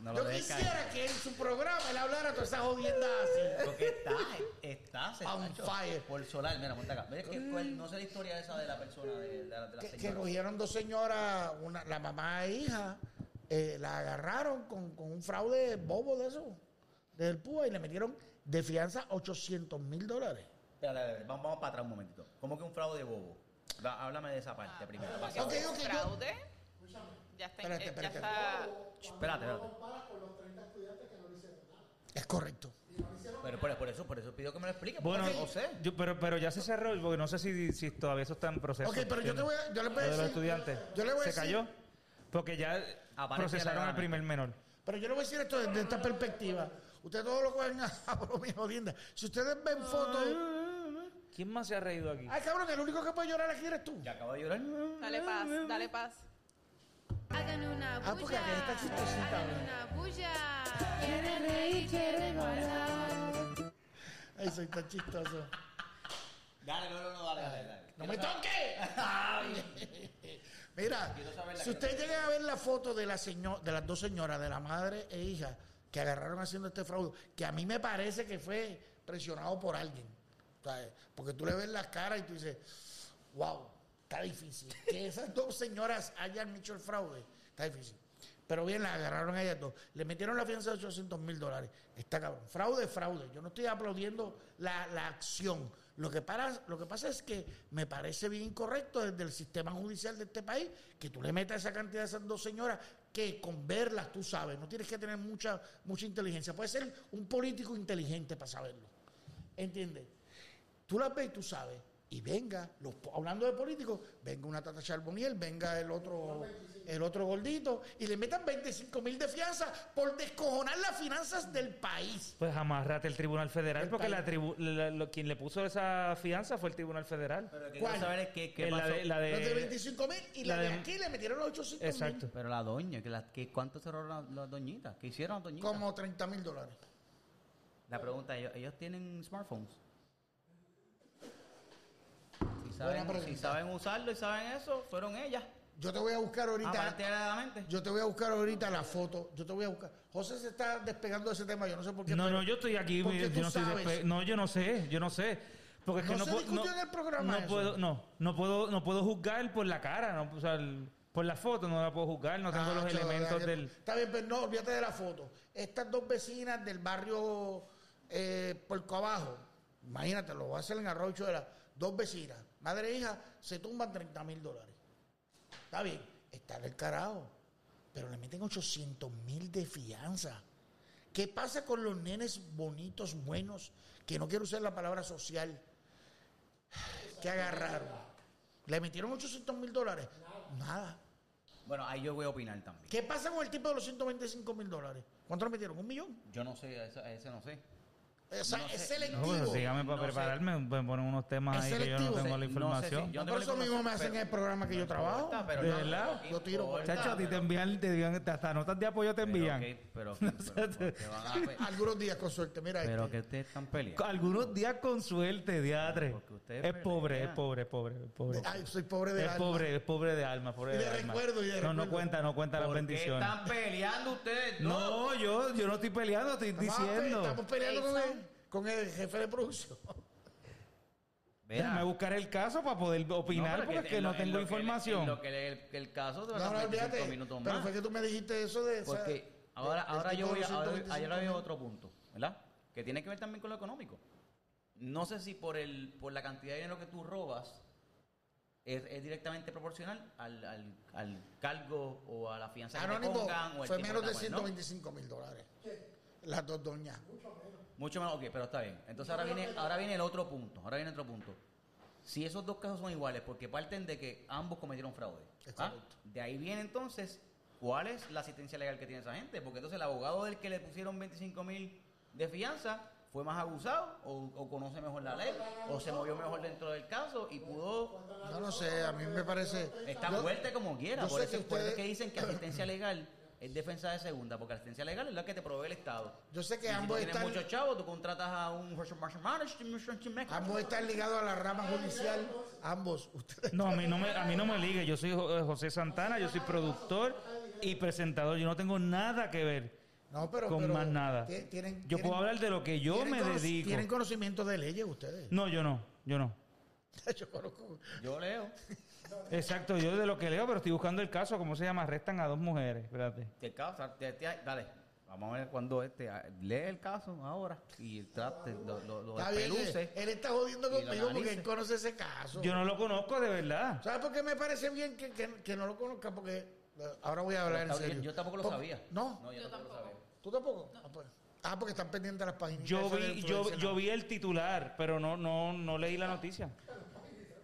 Speaker 2: No
Speaker 1: Yo
Speaker 2: dejes caer.
Speaker 1: quisiera que en su programa él hablara toda esa jodienda así.
Speaker 2: Porque está, está, se
Speaker 1: On
Speaker 2: está
Speaker 1: fire. Mm.
Speaker 2: por solar. Mira, ponte acá. ¿Ves que cuál- no sé la historia esa de la persona, de, de la, de la
Speaker 1: Que, que
Speaker 2: señora?
Speaker 1: cogieron dos señoras, una, la mamá e hija, eh, la agarraron con, con un fraude bobo de eso, del PUA, y le metieron de fianza 800 mil dólares.
Speaker 2: Espera, espera, espera, vamos, vamos para atrás un momentito. ¿Cómo que un fraude bobo? Va, háblame de esa parte primero. va, que-
Speaker 1: Ah, Ok,
Speaker 2: Espérate,
Speaker 1: ok, yo-
Speaker 4: Fraude. Ya está.
Speaker 1: Espérate,
Speaker 4: eh,
Speaker 1: espérate.
Speaker 4: Ya está.
Speaker 2: espérate.
Speaker 1: Es correcto.
Speaker 2: Pero por, por eso, por eso pido que me lo explique.
Speaker 5: Bueno,
Speaker 2: porque no sé.
Speaker 5: yo- pero, pero ya se cerró, porque no sé si, si todavía eso está en proceso.
Speaker 1: Ok, pero yo te voy a, yo les voy a
Speaker 5: Lo de los
Speaker 1: decir.
Speaker 5: estudiantes.
Speaker 1: yo le voy a
Speaker 5: ¿Se
Speaker 1: decir-
Speaker 5: cayó? Porque ya
Speaker 2: Aparece
Speaker 5: procesaron al
Speaker 2: legalmente.
Speaker 5: primer menor.
Speaker 1: Pero yo le voy a decir esto desde esta perspectiva. Ustedes todos lo cogen a, a broma y jodienda. Si ustedes ven fotos.
Speaker 5: ¿Quién más se ha reído aquí?
Speaker 1: Ay, cabrón, el único que puede llorar aquí eres tú.
Speaker 2: Ya acabo de llorar.
Speaker 4: Dale paz, dale paz.
Speaker 7: Hagan una bulla.
Speaker 1: Ah, porque aquí está chistosita,
Speaker 7: Hagan
Speaker 1: ¿verdad?
Speaker 7: una bulla. Quieren reír, quieren bailar.
Speaker 1: Ay, soy tan chistoso.
Speaker 2: Dale, no, no, no, dale, dale. dale.
Speaker 1: ¡No me toque! Mira, si ustedes llegan a ver la foto de, la seño- de las dos señoras, de la madre e hija, que agarraron haciendo este fraude, que a mí me parece que fue presionado por alguien. ¿sabes? Porque tú le ves las caras y tú dices, wow, está difícil. Que esas dos señoras hayan hecho el fraude, está difícil. Pero bien, las agarraron a ellas dos. Le metieron la fianza de 800 mil dólares. Está cabrón. Fraude, fraude. Yo no estoy aplaudiendo la, la acción. Lo que, para- lo que pasa es que me parece bien incorrecto desde el sistema judicial de este país que tú le metas esa cantidad a esas dos señoras que con verlas tú sabes, no tienes que tener mucha, mucha inteligencia. Puede ser un político inteligente para saberlo. ¿Entiendes? Tú las ves y tú sabes. Y venga, los, po- hablando de políticos, venga una Tata Charboniel, venga el otro, el otro gordito, y le metan 25 mil de fianza por descojonar las finanzas del país.
Speaker 3: Pues amarrate el Tribunal Federal,
Speaker 1: El
Speaker 3: porque la
Speaker 1: país.
Speaker 3: tribu- la- lo- quien le puso esa fianza fue el Tribunal Federal.
Speaker 2: Pero lo que
Speaker 1: ¿Cuál?
Speaker 2: quiero saber es qué, qué
Speaker 3: Eh, la
Speaker 2: pasó.
Speaker 3: de, la de-
Speaker 1: Los de 25 mil y la,
Speaker 3: la
Speaker 1: de
Speaker 3: de-
Speaker 1: aquí le metieron los 800 mil.
Speaker 3: Exacto.
Speaker 2: Pero la doña, que la, que ¿cuánto cerró la, la doñita? ¿Qué hicieron las doñitas?
Speaker 1: Como 30 mil dólares.
Speaker 2: La pregunta, ¿ellos, ellos tienen smartphones? Si
Speaker 1: Buena
Speaker 2: saben, si
Speaker 1: pregunta.
Speaker 2: saben usarlo y saben eso, fueron ellas. Ah,
Speaker 1: Yo te voy a buscar ahorita.
Speaker 2: Aparentemente.
Speaker 1: yo te voy a buscar ahorita la foto. Yo te voy a buscar. José se está despegando de ese tema. Yo no sé por qué.
Speaker 3: No,
Speaker 1: pero-
Speaker 3: no, yo estoy aquí.
Speaker 1: Porque
Speaker 3: mire,
Speaker 1: tú
Speaker 3: yo no, estoy
Speaker 1: sabes.
Speaker 3: despe- no, yo no sé, yo no sé. Porque es que
Speaker 1: ¿No
Speaker 3: no
Speaker 1: se
Speaker 3: puedo-
Speaker 1: discutió en el programa
Speaker 3: no
Speaker 1: eso?
Speaker 3: puedo, no, no puedo, no puedo juzgar por la cara, no, o sea, el- por la foto no la puedo juzgar, no tengo
Speaker 1: Ah,
Speaker 3: los
Speaker 1: chaval,
Speaker 3: elementos
Speaker 1: ya-
Speaker 3: del.
Speaker 1: Está bien, pero no, olvídate de la foto. Estas dos vecinas del barrio eh, Puerco Abajo, imagínate, lo va a hacer en Arroyo Chuela. Dos vecinas, madre e hija, se tumban 30 mil dólares. Está bien, está del carajo. Pero le meten 800 mil de fianza. ¿Qué pasa con los nenes bonitos, buenos, que no quiero usar la palabra social, que agarraron? ¿Le metieron 800 mil dólares? Nada.
Speaker 2: Bueno, ahí yo voy a opinar también.
Speaker 1: ¿Qué pasa con el tipo de los 125 mil dólares? ¿Cuánto le metieron? ¿Un millón?
Speaker 2: Yo no sé, a ese, a ese no sé.
Speaker 1: O sea, es
Speaker 3: No,
Speaker 1: selectivo.
Speaker 3: pues, sígame
Speaker 2: no
Speaker 3: para
Speaker 2: sé.
Speaker 3: prepararme, me ponen unos
Speaker 1: Es
Speaker 3: temas ahí que yo no
Speaker 1: selectivo.
Speaker 3: tengo la
Speaker 2: No sé,
Speaker 3: información.
Speaker 2: sí, yo-
Speaker 1: Por eso mismo me hacen el programa que yo trabajo.
Speaker 2: Está, pero
Speaker 3: ¿De
Speaker 2: no-
Speaker 3: verdad?
Speaker 2: no
Speaker 1: Yo tiro por-
Speaker 2: importa,
Speaker 3: Chacho, a ti te
Speaker 2: pero-
Speaker 3: envían, te envían, hasta notas de apoyo te envían.
Speaker 2: Pero, ok, pero, pero, pero, que van a-
Speaker 1: Algunos días con suerte, mira
Speaker 2: pero que
Speaker 1: este.
Speaker 2: ustedes están peleando.
Speaker 3: Algunos días con suerte, diatre.
Speaker 2: Porque ustedes
Speaker 3: Es pobre, es
Speaker 2: pelean.
Speaker 3: pobre, es pobre, es pobre.
Speaker 1: Ay, soy pobre de
Speaker 3: Es
Speaker 1: alma.
Speaker 3: pobre, es pobre de alma, pobre
Speaker 1: Y de
Speaker 3: alma.
Speaker 1: recuerdo, y de
Speaker 3: No, no
Speaker 1: recuerdo.
Speaker 3: cuenta, no cuenta las
Speaker 2: ¿Por qué
Speaker 3: bendiciones.
Speaker 2: están peleando ustedes dos?
Speaker 3: No, yo, yo no estoy peleando, estoy
Speaker 1: Estamos-
Speaker 3: diciendo.
Speaker 1: Estamos peleando con
Speaker 4: Exacto.
Speaker 1: el, con el jefe de producción.
Speaker 2: Mira,
Speaker 3: Déjame buscar el caso para poder opinar
Speaker 2: no, pero
Speaker 3: porque es que
Speaker 2: en
Speaker 3: no
Speaker 2: lo- en
Speaker 3: tengo
Speaker 2: lo que-
Speaker 3: información.
Speaker 2: en lo que el, el caso te va a
Speaker 1: No, no,
Speaker 2: dar
Speaker 1: olvídate.
Speaker 2: 25 minutos
Speaker 1: Pero
Speaker 2: más.
Speaker 1: fue que tú me dijiste eso de. esa-
Speaker 2: Porque ahora,
Speaker 1: del
Speaker 2: ahora
Speaker 1: tipo
Speaker 2: yo
Speaker 1: de
Speaker 2: voy a,
Speaker 1: los
Speaker 2: ahora,
Speaker 1: 125
Speaker 2: ayer había
Speaker 1: mil.
Speaker 2: otro punto, ¿verdad? Que tiene que ver también con lo económico. No sé si por el por la cantidad de dinero que tú robas es, es directamente proporcional al, al, al cargo o a la fianza que te
Speaker 1: Anónimo
Speaker 2: pongan. O el
Speaker 1: fue
Speaker 2: tipo
Speaker 1: menos
Speaker 2: que
Speaker 1: de
Speaker 2: te acuerden, ¿no?
Speaker 1: 125 mil dólares. Las dos doñas.
Speaker 2: Mucho menos, ok, pero está bien. Entonces ahora viene, ahora viene el otro punto, ahora viene otro punto. Si esos dos casos son iguales, porque parten de que ambos cometieron fraude.
Speaker 1: Es
Speaker 2: ¿ah?
Speaker 1: correcto.
Speaker 2: De ahí viene entonces, ¿cuál es la asistencia legal que tiene esa gente? Porque entonces el abogado del que le pusieron 25 mil de fianza fue más abusado o, o conoce mejor la ley o se movió mejor dentro del caso y pudo...
Speaker 1: No lo sé, a mí me parece.
Speaker 2: Está
Speaker 1: Yo-
Speaker 2: fuerte como quiera.
Speaker 1: yo
Speaker 2: Por
Speaker 1: sé
Speaker 2: eso,
Speaker 1: que
Speaker 2: por eso es
Speaker 1: ustedes-
Speaker 2: que dicen que asistencia legal es defensa de segunda, porque asistencia legal es la que te provee el Estado.
Speaker 1: Yo sé que
Speaker 2: Y si tú
Speaker 1: ambos
Speaker 2: tienes
Speaker 1: están.
Speaker 2: muchos chavos, tú contratas a un
Speaker 1: Ambos están ligados a la rama judicial. Ambos. Ustedes.
Speaker 3: No, a mí no me, a mí no me ligue. Yo soy Jo- eh, José Santana, yo soy productor y presentador. Yo no tengo nada que ver
Speaker 1: No, pero.
Speaker 3: con
Speaker 1: pero
Speaker 3: más nada.
Speaker 1: ti- tienen-
Speaker 3: yo puedo
Speaker 1: tienen-
Speaker 3: hablar de lo que yo
Speaker 1: tienen
Speaker 3: me
Speaker 1: cono-
Speaker 3: dedico.
Speaker 1: Tienen conocimiento de leyes ustedes.
Speaker 3: No, yo no, yo no.
Speaker 1: Yo conozco.
Speaker 2: Yo leo.
Speaker 3: Exacto, yo de lo que leo, pero estoy buscando el caso, ¿cómo se llama? Arrestan a dos mujeres, espérate.
Speaker 2: El caso, te- te- dale. Vamos a ver cuando este ah, lee el caso ahora y trate, lo, lo, lo
Speaker 1: Está bien,
Speaker 2: despeluce.
Speaker 1: eh, él está jodiendo
Speaker 2: Y lo
Speaker 1: conmigo porque
Speaker 2: analice.
Speaker 1: él conoce ese caso.
Speaker 3: Yo no lo conozco de verdad.
Speaker 1: ¿Sabes por qué me parece bien que, que- que no lo conozca? Porque eh, ahora voy a hablar en
Speaker 2: Está bien,
Speaker 1: serio.
Speaker 2: Yo tampoco lo
Speaker 1: Por-
Speaker 2: sabía.
Speaker 1: No,
Speaker 2: yo,
Speaker 4: Yo
Speaker 2: tampoco,
Speaker 4: tampoco.
Speaker 2: lo sabía.
Speaker 1: tú tampoco. Ah, pues. Ah, porque están pendientes las páginas.
Speaker 3: Yo
Speaker 1: Eso
Speaker 3: vi,
Speaker 1: de-
Speaker 3: yo,
Speaker 1: del-
Speaker 3: yo vi el titular, pero no, no, no leí la noticia.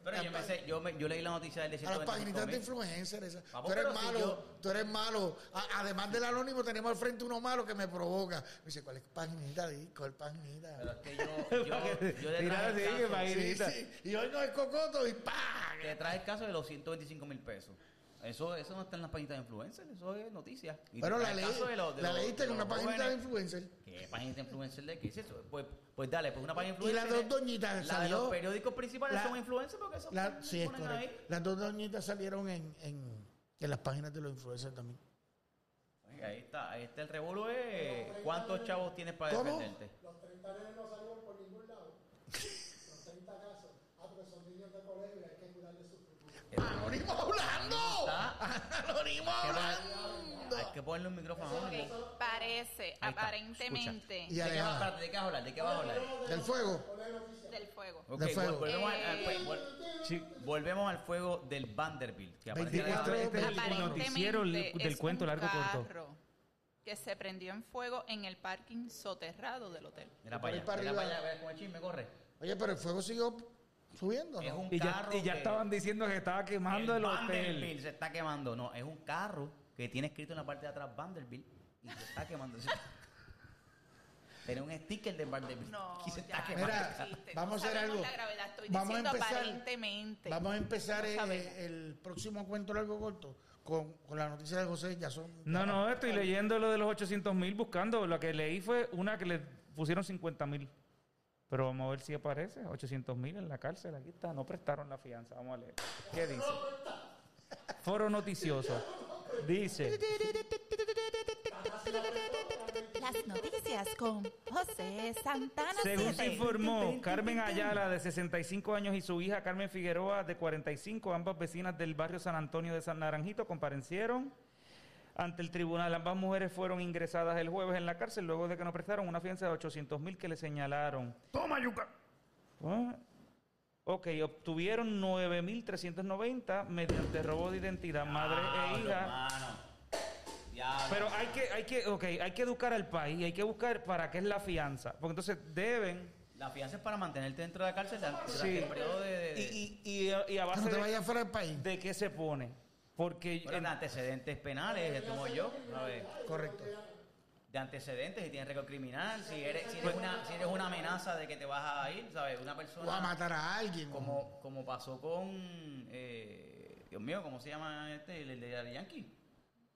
Speaker 2: Pero yo, me sé- yo, me- yo leí la noticia del
Speaker 1: A las
Speaker 2: 125
Speaker 1: páginas de
Speaker 2: mil.
Speaker 1: influencers. esa.
Speaker 2: Papo,
Speaker 1: tú eres
Speaker 2: pero si
Speaker 1: malo,
Speaker 2: yo-
Speaker 1: tú eres malo. A- además del anónimo, tenemos al frente uno malo que me provoca. Me dice, ¿cuál es paginita? di? ¿Cuál paginita?
Speaker 2: Pero es que yo, yo, yo
Speaker 3: Mira,
Speaker 2: detrás
Speaker 3: sí,
Speaker 2: del
Speaker 3: que
Speaker 2: caso,
Speaker 1: Sí,
Speaker 3: paginita.
Speaker 1: sí. Y hoy no es cocoto y ¡pam!
Speaker 2: detrás del caso de los 125 mil pesos. Eso, eso no está en las páginas de influencer, eso es noticia. Y
Speaker 1: Pero la
Speaker 2: detrás del
Speaker 1: leí,
Speaker 2: caso de los- de
Speaker 1: la
Speaker 2: los-
Speaker 1: leíste
Speaker 2: de
Speaker 1: en una
Speaker 2: los
Speaker 1: página de
Speaker 2: jóvenes.
Speaker 1: influencer.
Speaker 2: ¿Qué página de influencer de qué es eso? Pues, pues dale, pues una página de
Speaker 1: Y
Speaker 2: influencer.
Speaker 1: las dos doñitas
Speaker 2: La de los
Speaker 1: salió.
Speaker 2: periódicos principales
Speaker 1: La-
Speaker 2: son influencers porque eso
Speaker 1: La- sí, es
Speaker 2: ponen
Speaker 1: correcto. Las dos doñitas salieron en, en, en las páginas de los influencers también.
Speaker 2: ahí. Ahí está, ahí está el revuelo es cuántos chavos tienes para
Speaker 1: ¿Cómo?
Speaker 2: defenderte.
Speaker 1: ¡Anónimo hablando!
Speaker 2: Está.
Speaker 1: ¡Anónimo
Speaker 2: Hay que
Speaker 1: hablando!
Speaker 2: poner- Hay que ponerle un micrófono. a uno.
Speaker 4: Ok, Para parece,
Speaker 2: Ahí está,
Speaker 4: aparentemente,
Speaker 1: Y
Speaker 2: ¿De qué, va-
Speaker 1: Alejandra.
Speaker 2: espérate, ¿De qué vas a hablar? ¿De qué vas a hablar?
Speaker 1: Del fuego.
Speaker 4: del fuego.
Speaker 2: Ok,
Speaker 1: De fuego.
Speaker 2: vol- volvemos, al- al,
Speaker 4: Eh,
Speaker 2: vol-
Speaker 3: Sí.
Speaker 2: volvemos al fuego del Vanderbilt. Que aparentemente-
Speaker 1: 24
Speaker 3: Este es el
Speaker 4: Aparentemente
Speaker 3: noticiero el-
Speaker 4: es
Speaker 3: del cuento
Speaker 4: un
Speaker 3: largo corto.
Speaker 4: carro que se prendió en fuego en el parking soterrado del hotel.
Speaker 2: Mira
Speaker 1: Por
Speaker 2: para
Speaker 1: ahí
Speaker 2: allá,
Speaker 1: para
Speaker 2: mira para
Speaker 1: arriba.
Speaker 2: allá, mira cómo el chisme corre.
Speaker 1: Oye, pero el fuego siguió subiendo,
Speaker 2: Es
Speaker 1: ¿no?
Speaker 2: un
Speaker 3: Y ya,
Speaker 2: carro
Speaker 3: y ya
Speaker 2: que-
Speaker 3: estaban diciendo que estaba quemando el, hotel.
Speaker 2: Vanderbilt se está quemando. No, es un carro que tiene escrito en la parte de atrás Vanderbilt y se está quemando. Tiene un sticker de Vanderbilt.
Speaker 4: No,
Speaker 2: y se está
Speaker 4: ya,
Speaker 2: quemando.
Speaker 4: no
Speaker 1: Mira,
Speaker 4: existe.
Speaker 1: vamos
Speaker 4: No
Speaker 1: a hacer
Speaker 4: sabemos
Speaker 1: algo.
Speaker 4: la gravedad, estoy
Speaker 1: Vamos a
Speaker 4: diciendo
Speaker 1: empezar-
Speaker 4: aparentemente.
Speaker 1: Vamos a empezar
Speaker 4: No
Speaker 1: eh,
Speaker 4: sabemos.
Speaker 1: el próximo cuento largo corto con, con la noticia de José ya son
Speaker 3: No, no, estoy leyendo lo de los 800 mil buscando. Lo que leí fue una que le pusieron 50 mil. Pero vamos a ver si aparece. 800 mil en la cárcel. Aquí está. No prestaron la fianza. Vamos a leer. ¿Qué dice? Foro noticioso. Dice.
Speaker 4: Las noticias con José Santana.
Speaker 3: Según se informó, Carmen Ayala, de 65 años, y su hija Carmen Figueroa, de 45, ambas vecinas del barrio San Antonio de San Naranjito, comparecieron ante el tribunal. Ambas mujeres fueron ingresadas el jueves en la cárcel luego de que no prestaron una fianza de 800 mil que le señalaron. Ah, Ok, obtuvieron 9.390 mediante robo de identidad, madre e
Speaker 2: Diablo,
Speaker 3: hija.
Speaker 2: mano. Diablo.
Speaker 3: Pero hay que, hay que, ok, hay que educar al país, hay que buscar para qué es la fianza. Porque entonces deben
Speaker 2: La fianza es para mantenerte dentro de la cárcel durante
Speaker 3: Sí.
Speaker 2: el periodo de... de- de-
Speaker 3: Y, y- y- y a
Speaker 1: Que
Speaker 3: base
Speaker 1: no te
Speaker 3: de-
Speaker 1: vayas fuera del país.
Speaker 3: de, qué se pone. Porque
Speaker 2: Bueno, de
Speaker 3: en-
Speaker 2: antecedentes penales, que como yo, a ver,
Speaker 1: Correcto.
Speaker 2: de antecedentes, si tienes récord criminal, si eres, si, eres una, si eres una amenaza de que te vas a ir, ¿sabes? Una
Speaker 1: O a
Speaker 2: persona
Speaker 1: matar a alguien.
Speaker 2: como, como pasó con, eh, Dios mío, ¿cómo se llama este? El, el de Daddy Yankee,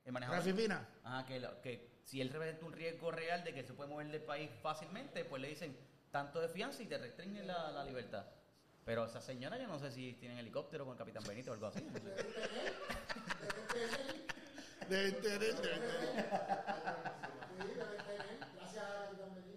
Speaker 2: el manejador.
Speaker 1: Rafi Pina.
Speaker 2: Ajá, que, lo- que si él representa un riesgo real de que se puede mover del país fácilmente, pues le dicen tanto de fianza y te restringen la, la libertad. Pero esa señora, yo no sé si tienen helicóptero con el Capitán Benito o algo así. no sé.
Speaker 1: Deben tener, deben tener.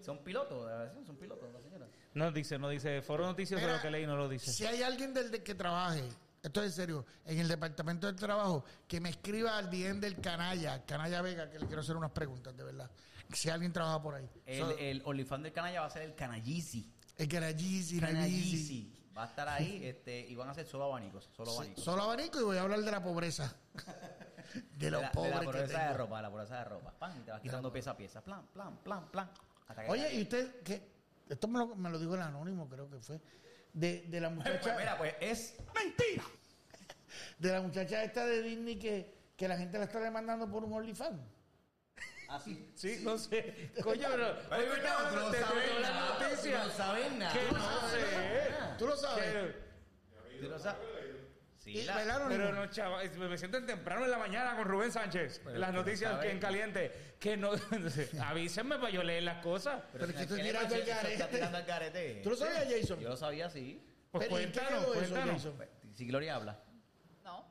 Speaker 2: Son pilotos, de verdad, son pilotos, la señora.
Speaker 3: no dice, no dice, foro noticioso
Speaker 1: Mira,
Speaker 3: lo que leí no lo dice.
Speaker 1: Si hay alguien del de- que trabaje, esto es en serio, en el departamento del trabajo, que me escriba al DM del canalla, canalla Vega, que le quiero hacer unas preguntas, de verdad. Si alguien trabaja por ahí.
Speaker 2: El,
Speaker 1: So,
Speaker 2: el OnlyFans del canalla va a ser el canallisi.
Speaker 1: el canallisi, nallisi.
Speaker 2: Canallisi. Va a estar ahí este, y van a ser solo abanicos. Solo abanicos.
Speaker 1: Solo abanico y voy a hablar de la pobreza. De los
Speaker 2: la, de
Speaker 1: pobres
Speaker 2: la
Speaker 1: que
Speaker 2: pobreza de
Speaker 1: tengo.
Speaker 2: ropa, la pobreza de ropa. Pan, y te vas quitando pieza a pieza. Plan, plan, plan, plan. Hasta que-
Speaker 1: Oye, ¿y usted qué? Esto me lo, me lo dijo el anónimo, creo que fue. De, de la
Speaker 2: Pues, pues,
Speaker 1: muchacha.
Speaker 2: mira, pues es.
Speaker 1: De la muchacha esta de Disney que, que la gente la está demandando por un OnlyFans.
Speaker 2: Así.
Speaker 3: Sí, no sé. Coño, pero.
Speaker 2: Oye,
Speaker 3: Oye,
Speaker 2: pues, no, tú no
Speaker 3: te- te-
Speaker 2: sabes
Speaker 3: te- la
Speaker 2: nada,
Speaker 3: noticia.
Speaker 2: tú no sabes nada.
Speaker 3: Que
Speaker 2: Tú no
Speaker 3: no sé.
Speaker 1: Tú lo sabes.
Speaker 3: Que-
Speaker 2: Tú no sabes. Sí,
Speaker 1: Y,
Speaker 2: la-
Speaker 1: ¿verdad, anónimo?
Speaker 3: Pero no, chaval, es- me siento en temprano en la mañana con Rubén Sánchez.
Speaker 2: Pero
Speaker 3: las
Speaker 2: tú no
Speaker 3: noticias
Speaker 2: sabes.
Speaker 3: que en caliente. Que no. avísenme para yo leer las cosas.
Speaker 1: Pero es que
Speaker 2: ¿qué
Speaker 1: estoy
Speaker 2: le
Speaker 1: tirando
Speaker 2: pasa?
Speaker 1: el
Speaker 2: pues, Eso Está tirando
Speaker 1: garete.
Speaker 2: al garete.
Speaker 1: ¿Tú lo sabías, Jason?
Speaker 2: Yo lo sabía, sí.
Speaker 3: Pues
Speaker 1: Pero, ¿y en qué
Speaker 3: cuéntanos,
Speaker 1: quedó eso,
Speaker 3: cuéntanos.
Speaker 1: Jason?
Speaker 2: Si Gloria habla.
Speaker 4: No,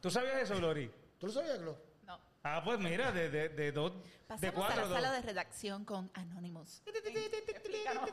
Speaker 3: ¿Tú sabías eso, Glory?
Speaker 1: ¿Tú lo sabías, Glo?
Speaker 4: no.
Speaker 3: Ah, pues mira, de, de, de dos. de
Speaker 4: Pasamos
Speaker 3: cuatro,
Speaker 4: a la sala
Speaker 3: dos.
Speaker 4: de redacción con Anonymous. Explícanos.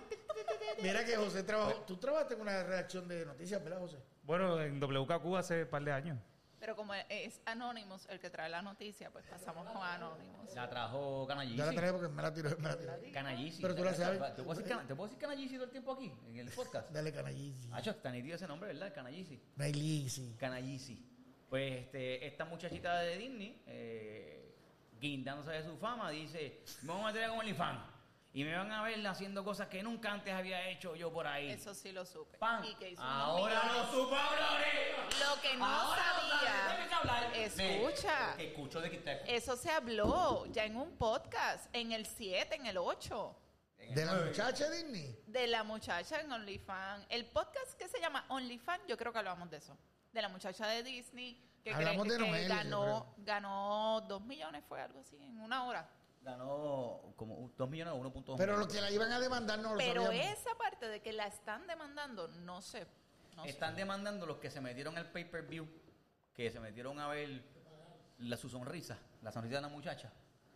Speaker 1: Mira que José trabajó. Tú trabajaste en una redacción de noticias, ¿verdad, José?
Speaker 3: Bueno, en WKQ hace un par de años.
Speaker 4: Pero como es Anonymous el que trae la noticia, pues pasamos con Anonymous.
Speaker 2: La trajo Canallisi.
Speaker 1: Yo la traje porque me la tiré, me la tiré.
Speaker 2: Canallisi.
Speaker 1: Pero tú la sabes.
Speaker 2: ¿Te puedo decir, cana- te puedo decir Canallisi todo el tiempo aquí? En el podcast.
Speaker 1: Dale canallisi.
Speaker 2: Ah, está nítido ese nombre, ¿verdad? Canallisi.
Speaker 1: Nailisi.
Speaker 2: Canallisi. Pues este, esta muchachita de Disney, eh, guindándose de su fama, dice, me voy a meter con OnlyFans. Y me van a ver haciendo cosas que nunca antes había hecho yo por ahí.
Speaker 4: Eso sí lo supe.
Speaker 2: Pan.
Speaker 4: Y que hizo unos
Speaker 2: Ahora
Speaker 4: millones.
Speaker 2: no supo Gloria.
Speaker 4: Lo que no
Speaker 2: Ahora no
Speaker 4: sabía.
Speaker 2: sabe, no tiene que hablar.
Speaker 4: Escucha.
Speaker 2: De- Que escucho de que te...
Speaker 4: Eso se habló ya en un podcast, en el 7, en el 8,
Speaker 1: De la muchacha Disney.
Speaker 4: de la muchacha en OnlyFans. El podcast que se llama OnlyFans, yo creo que hablamos de eso. De la muchacha de Disney que,
Speaker 1: Hablamos de
Speaker 4: que
Speaker 1: Noelia, yo
Speaker 4: ganó, ganó 2 millones, fue algo así, en una hora.
Speaker 2: Ganó como 2 millones o 1.2
Speaker 1: Pero
Speaker 2: millones.
Speaker 1: los que la iban a demandar no lo
Speaker 4: Pero
Speaker 1: sabíamos.
Speaker 4: esa parte de que la están demandando, no sé. No sé.
Speaker 2: Están demandando los que se metieron al pay-per-view, que se metieron a ver la, su sonrisa, la sonrisa de la muchacha,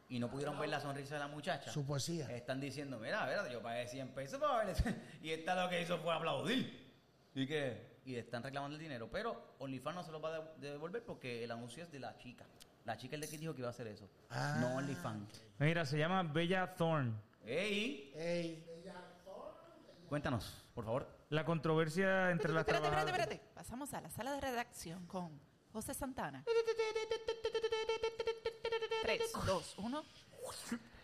Speaker 2: y no pudieron ver la sonrisa de la muchacha.
Speaker 1: Su poesía.
Speaker 2: Están diciendo, mira, mira, yo pagué 100 pesos para ver eso". Y esta lo que hizo fue aplaudir. ¿Y que Y están reclamando el dinero, pero OnlyFans no se lo va a de- devolver porque el anuncio es de la chica. La chica es la que dijo que iba a hacer eso.
Speaker 1: Ah.
Speaker 2: No OnlyFans.
Speaker 3: Mira, se llama Bella Thorne.
Speaker 2: ¡Ey!
Speaker 1: Ey,
Speaker 2: Cuéntanos, por favor.
Speaker 3: La controversia entre las
Speaker 4: espérate, espérate,
Speaker 3: trabajadoras.
Speaker 4: espérate. Pasamos a la sala de redacción con José Santana. 3, 2, 1.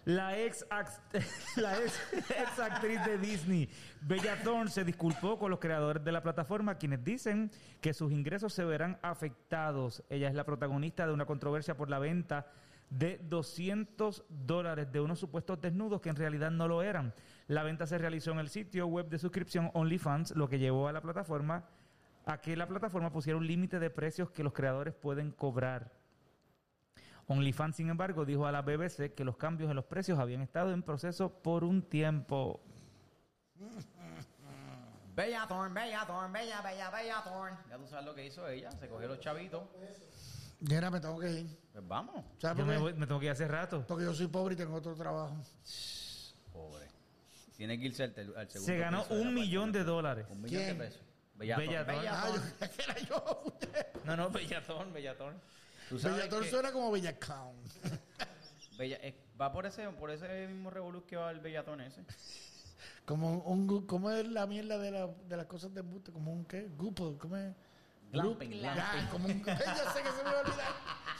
Speaker 3: La ex, act- la ex, ex actriz de Disney, Bella Thorne, se disculpó con los creadores de la plataforma, quienes dicen que sus ingresos se verán afectados. Ella es la protagonista de una controversia por la venta de 200 dólares de unos supuestos desnudos que en realidad no lo eran. La venta se realizó en el sitio web de suscripción OnlyFans, lo que llevó a la plataforma a que la plataforma pusiera un límite de precios que los creadores pueden cobrar. OnlyFans, sin embargo, dijo a la BBC que los cambios en los precios habían estado en proceso por un tiempo.
Speaker 2: Bella Thorn, Bella Thorn, Bella, Bella, Bella Thorn. Ya tú sabes lo que hizo ella. Se cogió los chavitos.
Speaker 1: Nena, me tengo que ir.
Speaker 2: Pues vamos.
Speaker 1: ¿Sabes por
Speaker 3: Yo me,
Speaker 1: qué?
Speaker 3: voy- me tengo que ir hace rato.
Speaker 1: Porque yo soy pobre y tengo otro trabajo.
Speaker 2: Pobre. Tiene que irse al, tel- al segundo
Speaker 3: Se ganó
Speaker 2: piso de la
Speaker 3: un millón de
Speaker 2: apartamento.
Speaker 3: dólares.
Speaker 2: Un millón
Speaker 1: ¿Quién?
Speaker 2: de pesos. Bella,
Speaker 3: Bella
Speaker 2: Thorn.
Speaker 3: Thorn.
Speaker 2: Bella
Speaker 1: Ah, yo
Speaker 2: Thorn.
Speaker 1: creía que era yo.
Speaker 3: No, no, Bellatón, Bellatón.
Speaker 2: Tú sabes
Speaker 1: Bellator
Speaker 2: que
Speaker 1: suena como Bellacón.
Speaker 2: Bella- eh, va por ese, por ese mismo revolú que va el Bella Thorn ese.
Speaker 1: Como un, gu- ¿Cómo es la mierda de, la- de las cosas de embuste? Como un qué? Grupo, ¿cómo es?
Speaker 2: Glamping,
Speaker 1: Grupo.
Speaker 2: glamping.
Speaker 1: Ah, como un. Yo sé que se me va a olvidar.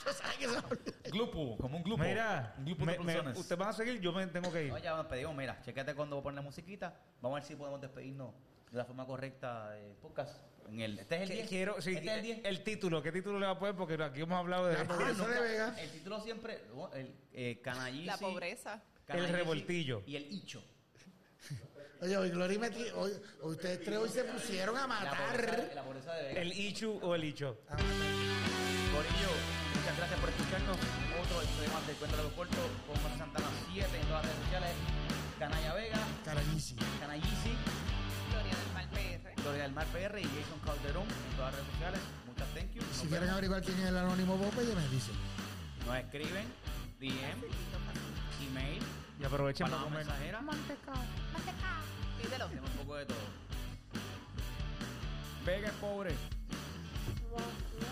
Speaker 1: Yo sé que se me va a olvidar.
Speaker 8: Grupo, como un grupo.
Speaker 3: Mira,
Speaker 8: un grupo de
Speaker 3: me- me-
Speaker 8: personas.
Speaker 3: usted va a seguir, yo me tengo que ir.
Speaker 2: No, ya nos pedimos, mira, checate cuando voy a poner la musiquita. Vamos a ver si podemos despedirnos de la forma correcta de podcast. En el, este es el
Speaker 3: Que-
Speaker 2: 10.
Speaker 3: Quiero, sí,
Speaker 2: este es el 10.
Speaker 3: el, título, ¿qué título le va a poner? Porque aquí hemos hablado de...
Speaker 1: La
Speaker 2: Ah,
Speaker 1: pobreza de
Speaker 2: nunca-
Speaker 1: Vega.
Speaker 2: El título siempre, no, el eh, canallisi,
Speaker 4: La pobreza.
Speaker 2: canallisi
Speaker 3: revoltillo.
Speaker 2: Y el hicho.
Speaker 1: Oye, hoy Glory me ti- hoy, ustedes tres hoy se pusieron a
Speaker 2: La pobreza,
Speaker 1: matar.
Speaker 2: la pobreza de Vega.
Speaker 3: El Ichu o el Icho.
Speaker 2: Corillo, muchas gracias por escucharnos. Otro episodio más de Cuento del Aeropuerto con José Santana 7 en todas las redes sociales. Canalla Vega,
Speaker 1: Carayísimo.
Speaker 2: Canallisi,
Speaker 4: Gloria del Mal PR.
Speaker 2: Gloria del Mar PR y Jason Calderón en todas las redes sociales. Muchas thank you. Nos
Speaker 1: Si
Speaker 2: vemos.
Speaker 1: quieren averiguar quién es el anónimo Bope, ya me dicen.
Speaker 2: Nos escriben DM, email,
Speaker 3: Y aprovechen para
Speaker 2: palabra
Speaker 3: comer.
Speaker 2: mensajera.
Speaker 4: Pídelo.
Speaker 2: Hacemos un poco de todo. Vega es pobre.
Speaker 9: Wow.